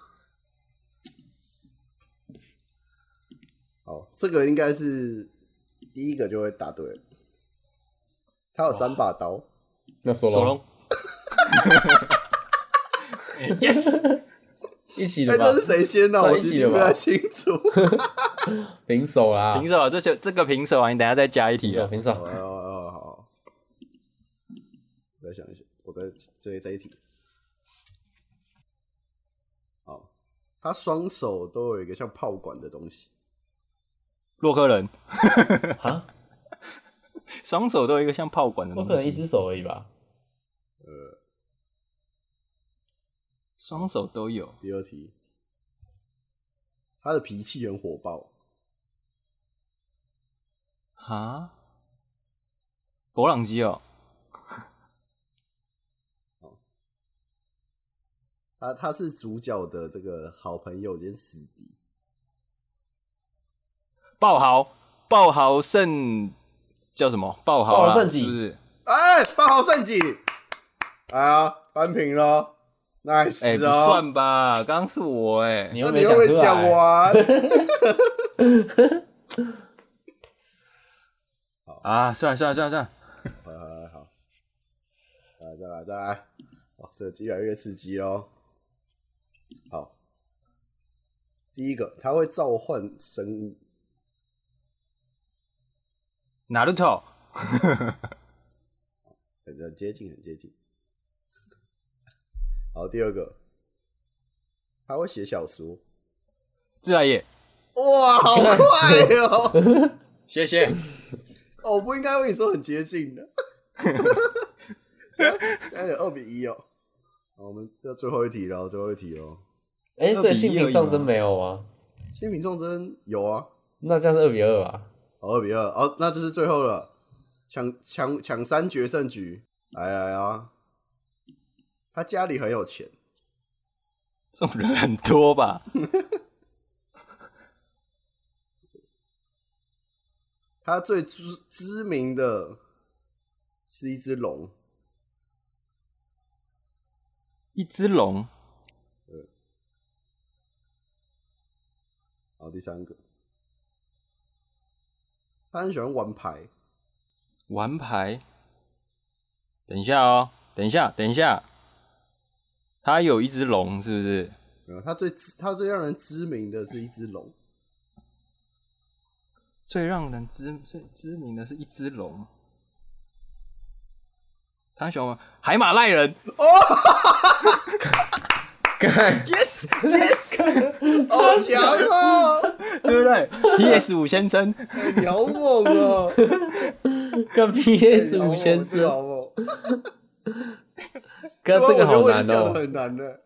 Speaker 3: 好，这个应该是第一个就会答对了。他有三把刀，
Speaker 2: 那索
Speaker 1: 索
Speaker 2: 隆
Speaker 1: 隆，
Speaker 2: Yes，一 起
Speaker 3: 哎，
Speaker 2: 的吧？
Speaker 3: 这是谁先呢？
Speaker 2: 在
Speaker 3: 我
Speaker 2: 一
Speaker 3: 其实
Speaker 2: 起
Speaker 3: 听
Speaker 2: 了
Speaker 3: 不
Speaker 2: 吧
Speaker 3: 太清楚。
Speaker 2: 平手啦
Speaker 1: 平，手啊，这就这个平手啊，你等一下再加一
Speaker 2: 平
Speaker 1: 题
Speaker 2: 手，
Speaker 1: 啊。
Speaker 2: 平
Speaker 3: 好
Speaker 2: 手。
Speaker 3: 啊好啊好啊，我再想一想，我再再再一题。好，他双手都有一个像炮管的东西，
Speaker 1: 洛克人
Speaker 2: 啊，
Speaker 1: 双手都有一个像炮管的
Speaker 2: 我
Speaker 1: 东
Speaker 2: 可能一
Speaker 1: 西，
Speaker 2: 只手而已吧。
Speaker 1: 双手都有。
Speaker 3: 第二题，他的脾气很火爆，
Speaker 1: 啊？勃朗机哦，
Speaker 3: 他他是主角的这个好朋友兼死敌，
Speaker 1: 爆豪，爆豪圣叫什么？爆豪啦啊
Speaker 2: 爆豪圣己
Speaker 1: 是不是？
Speaker 3: 哎，八号胜己，哎呀，扳平了
Speaker 1: 哎、
Speaker 3: ，nice
Speaker 1: 不
Speaker 3: 哦，
Speaker 1: 算吧，刚刚是我哎、
Speaker 2: 你
Speaker 3: 那
Speaker 2: 又
Speaker 3: 你
Speaker 2: 没
Speaker 3: 又
Speaker 2: 讲
Speaker 3: 没
Speaker 2: 出
Speaker 3: 讲
Speaker 2: 来，
Speaker 3: 完，
Speaker 1: 啊，算了算了算了算了，
Speaker 3: 好好好，来再来再来，哇，这越来越刺激喽。好，第一个，它会召唤生物，
Speaker 1: 哪路头？
Speaker 3: 很很接近，很接近。 好，第二个，它会写小说，
Speaker 1: 自来也，
Speaker 3: 哇，好快哦！
Speaker 1: 谢谢。
Speaker 3: 哦我不应该跟你说很接近的，现在有二比一哦。好，我们这最后一题了，最后一题哦。
Speaker 2: 哎，所以性
Speaker 1: 2比1而
Speaker 2: 平
Speaker 1: 已
Speaker 2: 上真
Speaker 1: 嘛
Speaker 2: 没有吗？
Speaker 3: 新品重真有啊，
Speaker 2: 那这样是二比二啊。
Speaker 3: 哦，二比二，哦，那就是最后了，抢抢抢三决胜局，来来啊！他家里很有钱，
Speaker 1: 这种人很多吧？
Speaker 3: 他最知知名的是一只龙，
Speaker 1: 一只龙，
Speaker 3: 然后第三个，他很喜欢玩牌，
Speaker 1: 玩牌。等一下哦，等一下，等一下，他有一只龙，是不是？
Speaker 3: 然后他最知他最让人知名的是一只龙，
Speaker 1: 最让人知最知名的是一只龙，他喜欢玩海马赖 人。
Speaker 2: 干
Speaker 3: yes yes，好 强哦，
Speaker 1: 对不对？P.S. 五先生，
Speaker 3: 哎你好 猛哦，
Speaker 2: 干 PS 五先
Speaker 3: 你
Speaker 2: 生，
Speaker 3: 好猛，
Speaker 2: 干这个
Speaker 3: 我觉得
Speaker 2: 好
Speaker 3: 啊我已
Speaker 2: 难
Speaker 3: 经讲
Speaker 2: 哦
Speaker 3: 得。很难的。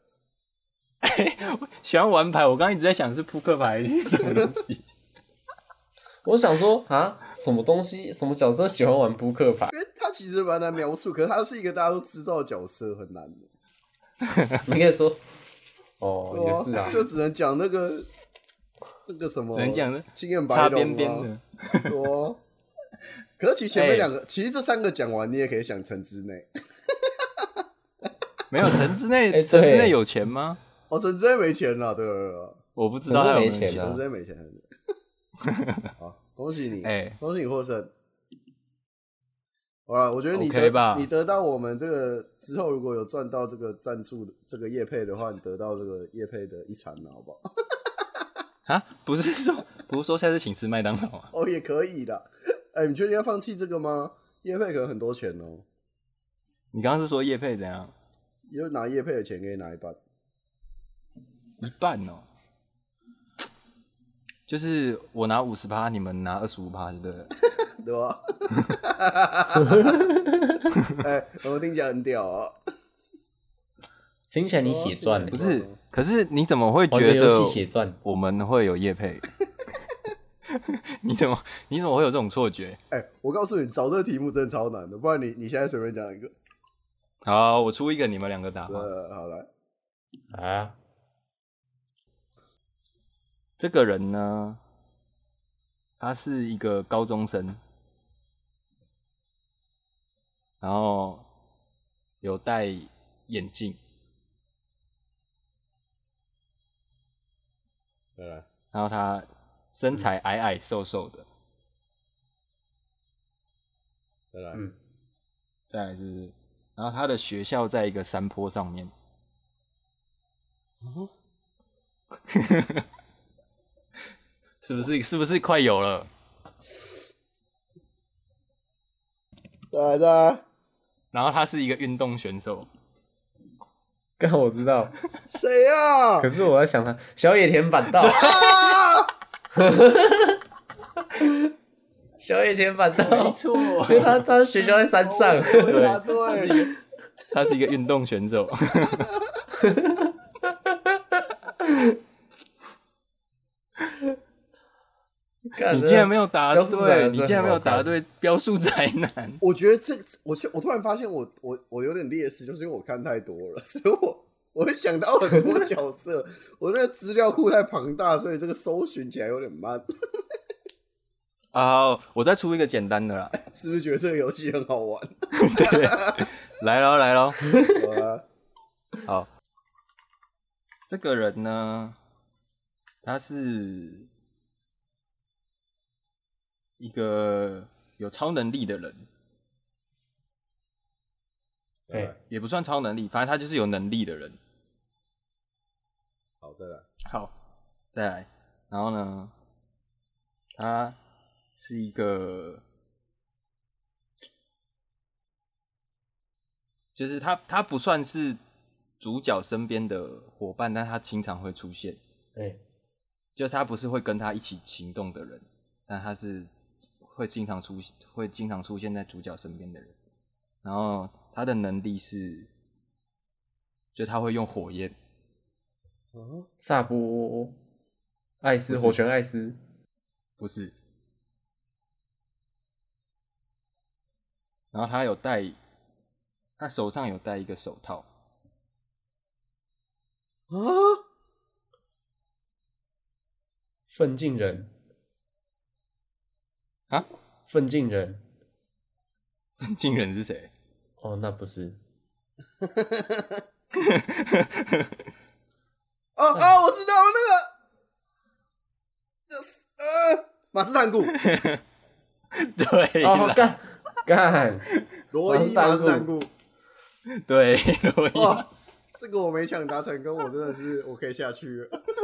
Speaker 1: 喜欢玩牌。我刚刚一直在想是扑克牌还是什么东 西。
Speaker 2: 我想说啊，什么东西，什么角色喜欢玩扑克牌？
Speaker 3: 因为他其实蛮难描述，可是他是一个大家都知道的角色，很难的。
Speaker 2: 你可以说，哦，也是
Speaker 3: 对啊
Speaker 2: 啊，
Speaker 3: 就只能讲那个那个什么，
Speaker 1: 只能讲那
Speaker 3: 经验白
Speaker 1: 擦
Speaker 3: 龙
Speaker 1: 边
Speaker 3: 啊
Speaker 1: 边的，
Speaker 3: 对啊可是其实前面
Speaker 1: 哎
Speaker 3: 两个，其实这三个讲完，你也可以想城之内。
Speaker 1: 没有城之内，
Speaker 2: 哎
Speaker 1: 城之
Speaker 2: 对
Speaker 1: 内有钱吗？
Speaker 3: 哦，城之内没钱了，对对对对
Speaker 1: 我不知道他有没有
Speaker 2: 城之内没钱
Speaker 3: 对，
Speaker 2: 啊
Speaker 3: 城之内没钱。好，恭喜你，
Speaker 1: 哎
Speaker 3: 恭喜你获胜。好了，我觉得你
Speaker 1: OK
Speaker 3: 得
Speaker 1: 吧
Speaker 3: 你得到我们这个之后，如果有赚到这个赞助的这个叶配的话，你得到这个叶配的一餐了，好不好？
Speaker 1: 啊，不是说不是说下次请吃麦当劳啊？
Speaker 3: 哦，也可以的。哎、你确定要放弃这个吗？叶配可能很多钱哦、
Speaker 1: 你刚刚是说叶配怎样？
Speaker 3: 因为拿叶配的钱给你拿一半。
Speaker 1: 一半哦，就是我拿五十趴，你们拿二十五趴，对不对？
Speaker 3: 对吧？ 哎、我听起来很屌哦、
Speaker 2: 听起来你血赚了，
Speaker 1: 不是，可是你怎么会
Speaker 2: 玩个
Speaker 1: 觉
Speaker 2: 游
Speaker 1: 得
Speaker 2: 戏血赚？
Speaker 1: 我们会有叶配？ 你怎么你怎么会有这种错觉？
Speaker 3: 哎、我告诉你，找这个题目真的超难的，不然你你现在随便讲一个。
Speaker 1: 好，我出一个，你们两个打吧。
Speaker 3: 呃，好来，
Speaker 2: 啊，
Speaker 1: 这个人呢，他是一个高中生，然后有戴眼镜，
Speaker 3: 再来，
Speaker 1: 然后他身材矮矮瘦瘦的。
Speaker 3: 再来
Speaker 2: 嗯，
Speaker 1: 再来是然后他的学校在一个山坡上面，
Speaker 2: 嗯
Speaker 3: 哦，
Speaker 1: 是不是？是不是快有了？
Speaker 3: 再来再来，
Speaker 1: 然后他是一个运动选 手，
Speaker 2: 刚我知道，
Speaker 3: 谁呀、啊
Speaker 2: 可？是我在想他小野田板道， 小野田板道，
Speaker 1: 错，
Speaker 2: 因为他他学校在山上，
Speaker 3: 对啊，
Speaker 1: 他是一
Speaker 3: 对，
Speaker 1: 个他是一个运动选 手。
Speaker 2: 啊干
Speaker 1: 你竟然没有答
Speaker 2: 标速仔
Speaker 1: 对，
Speaker 2: 真
Speaker 1: 你
Speaker 2: 的
Speaker 1: 竟然
Speaker 2: 很
Speaker 1: 没有
Speaker 2: 好看
Speaker 1: 答对标速宅男。
Speaker 3: 我觉得这，我现我突然发现我我我有点劣势，就是因为我看太多了，所以我我会想到很多角色， 我那个资料库太庞大，所以这个搜寻起来有点慢，
Speaker 1: 啊、我再出一个简单的啦。
Speaker 3: 是不是觉得这个游戏很好 玩？
Speaker 1: 对，来喽来喽，
Speaker 3: 好啊，
Speaker 1: 好。这个人呢，他是一个有超能力的人，
Speaker 2: 哎
Speaker 3: 再来
Speaker 1: 也不算超能力，反正他就是有能力的人。
Speaker 3: 好再来，
Speaker 1: 好，再来，然后呢，他是一个，就是他他不算是主角身边的伙伴，但他经常会出现，
Speaker 2: 哎
Speaker 1: 就是他不是会跟他一起行动的人，但他是会经常出会经常出现在主角身边的人。然后他的能力是，就他会用火焰，
Speaker 3: 哦，
Speaker 2: 萨布艾斯火拳艾斯，
Speaker 1: 不是。然后他有戴，他手上有戴一个手套，
Speaker 3: 啊，
Speaker 2: 奋进人
Speaker 1: 啊，
Speaker 2: 奋进人
Speaker 1: 惊人是谁？
Speaker 2: 哦，那不是
Speaker 3: 哦哦，我知道那个，呃，马斯 坦古，
Speaker 1: 对啦，
Speaker 2: 哦，干干，
Speaker 3: 罗伊马斯坦古，
Speaker 1: 对，罗 伊
Speaker 3: 哇，这个我没抢达成功，我真的是我可以下去了。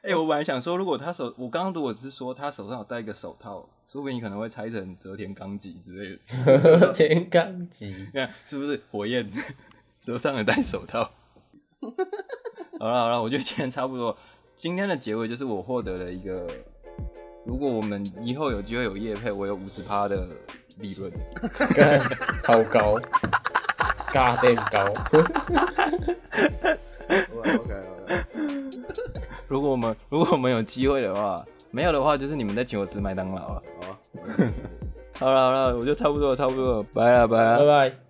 Speaker 1: 哎、我本来想说，如果他手，我刚刚如果只是说他手上有戴一个手套，说不定你可能会猜成折田纲吉之类的，
Speaker 2: 田刚吉
Speaker 1: 你看是不是？火焰手上有戴手套。好了好了，我觉得今天差不多。今天的结尾就是我获得了一个，如果我们以后有机会有业配，我有五十趴的利润。
Speaker 2: 干超高，嘎变高，
Speaker 3: OK OK，
Speaker 1: 如果我们如果我们有机会的话，没有的话就是你们再请我吃麦当劳了。
Speaker 3: 好啊。
Speaker 1: 好了好了，我就差不多了差不多了，拜了拜了
Speaker 2: 拜。拜。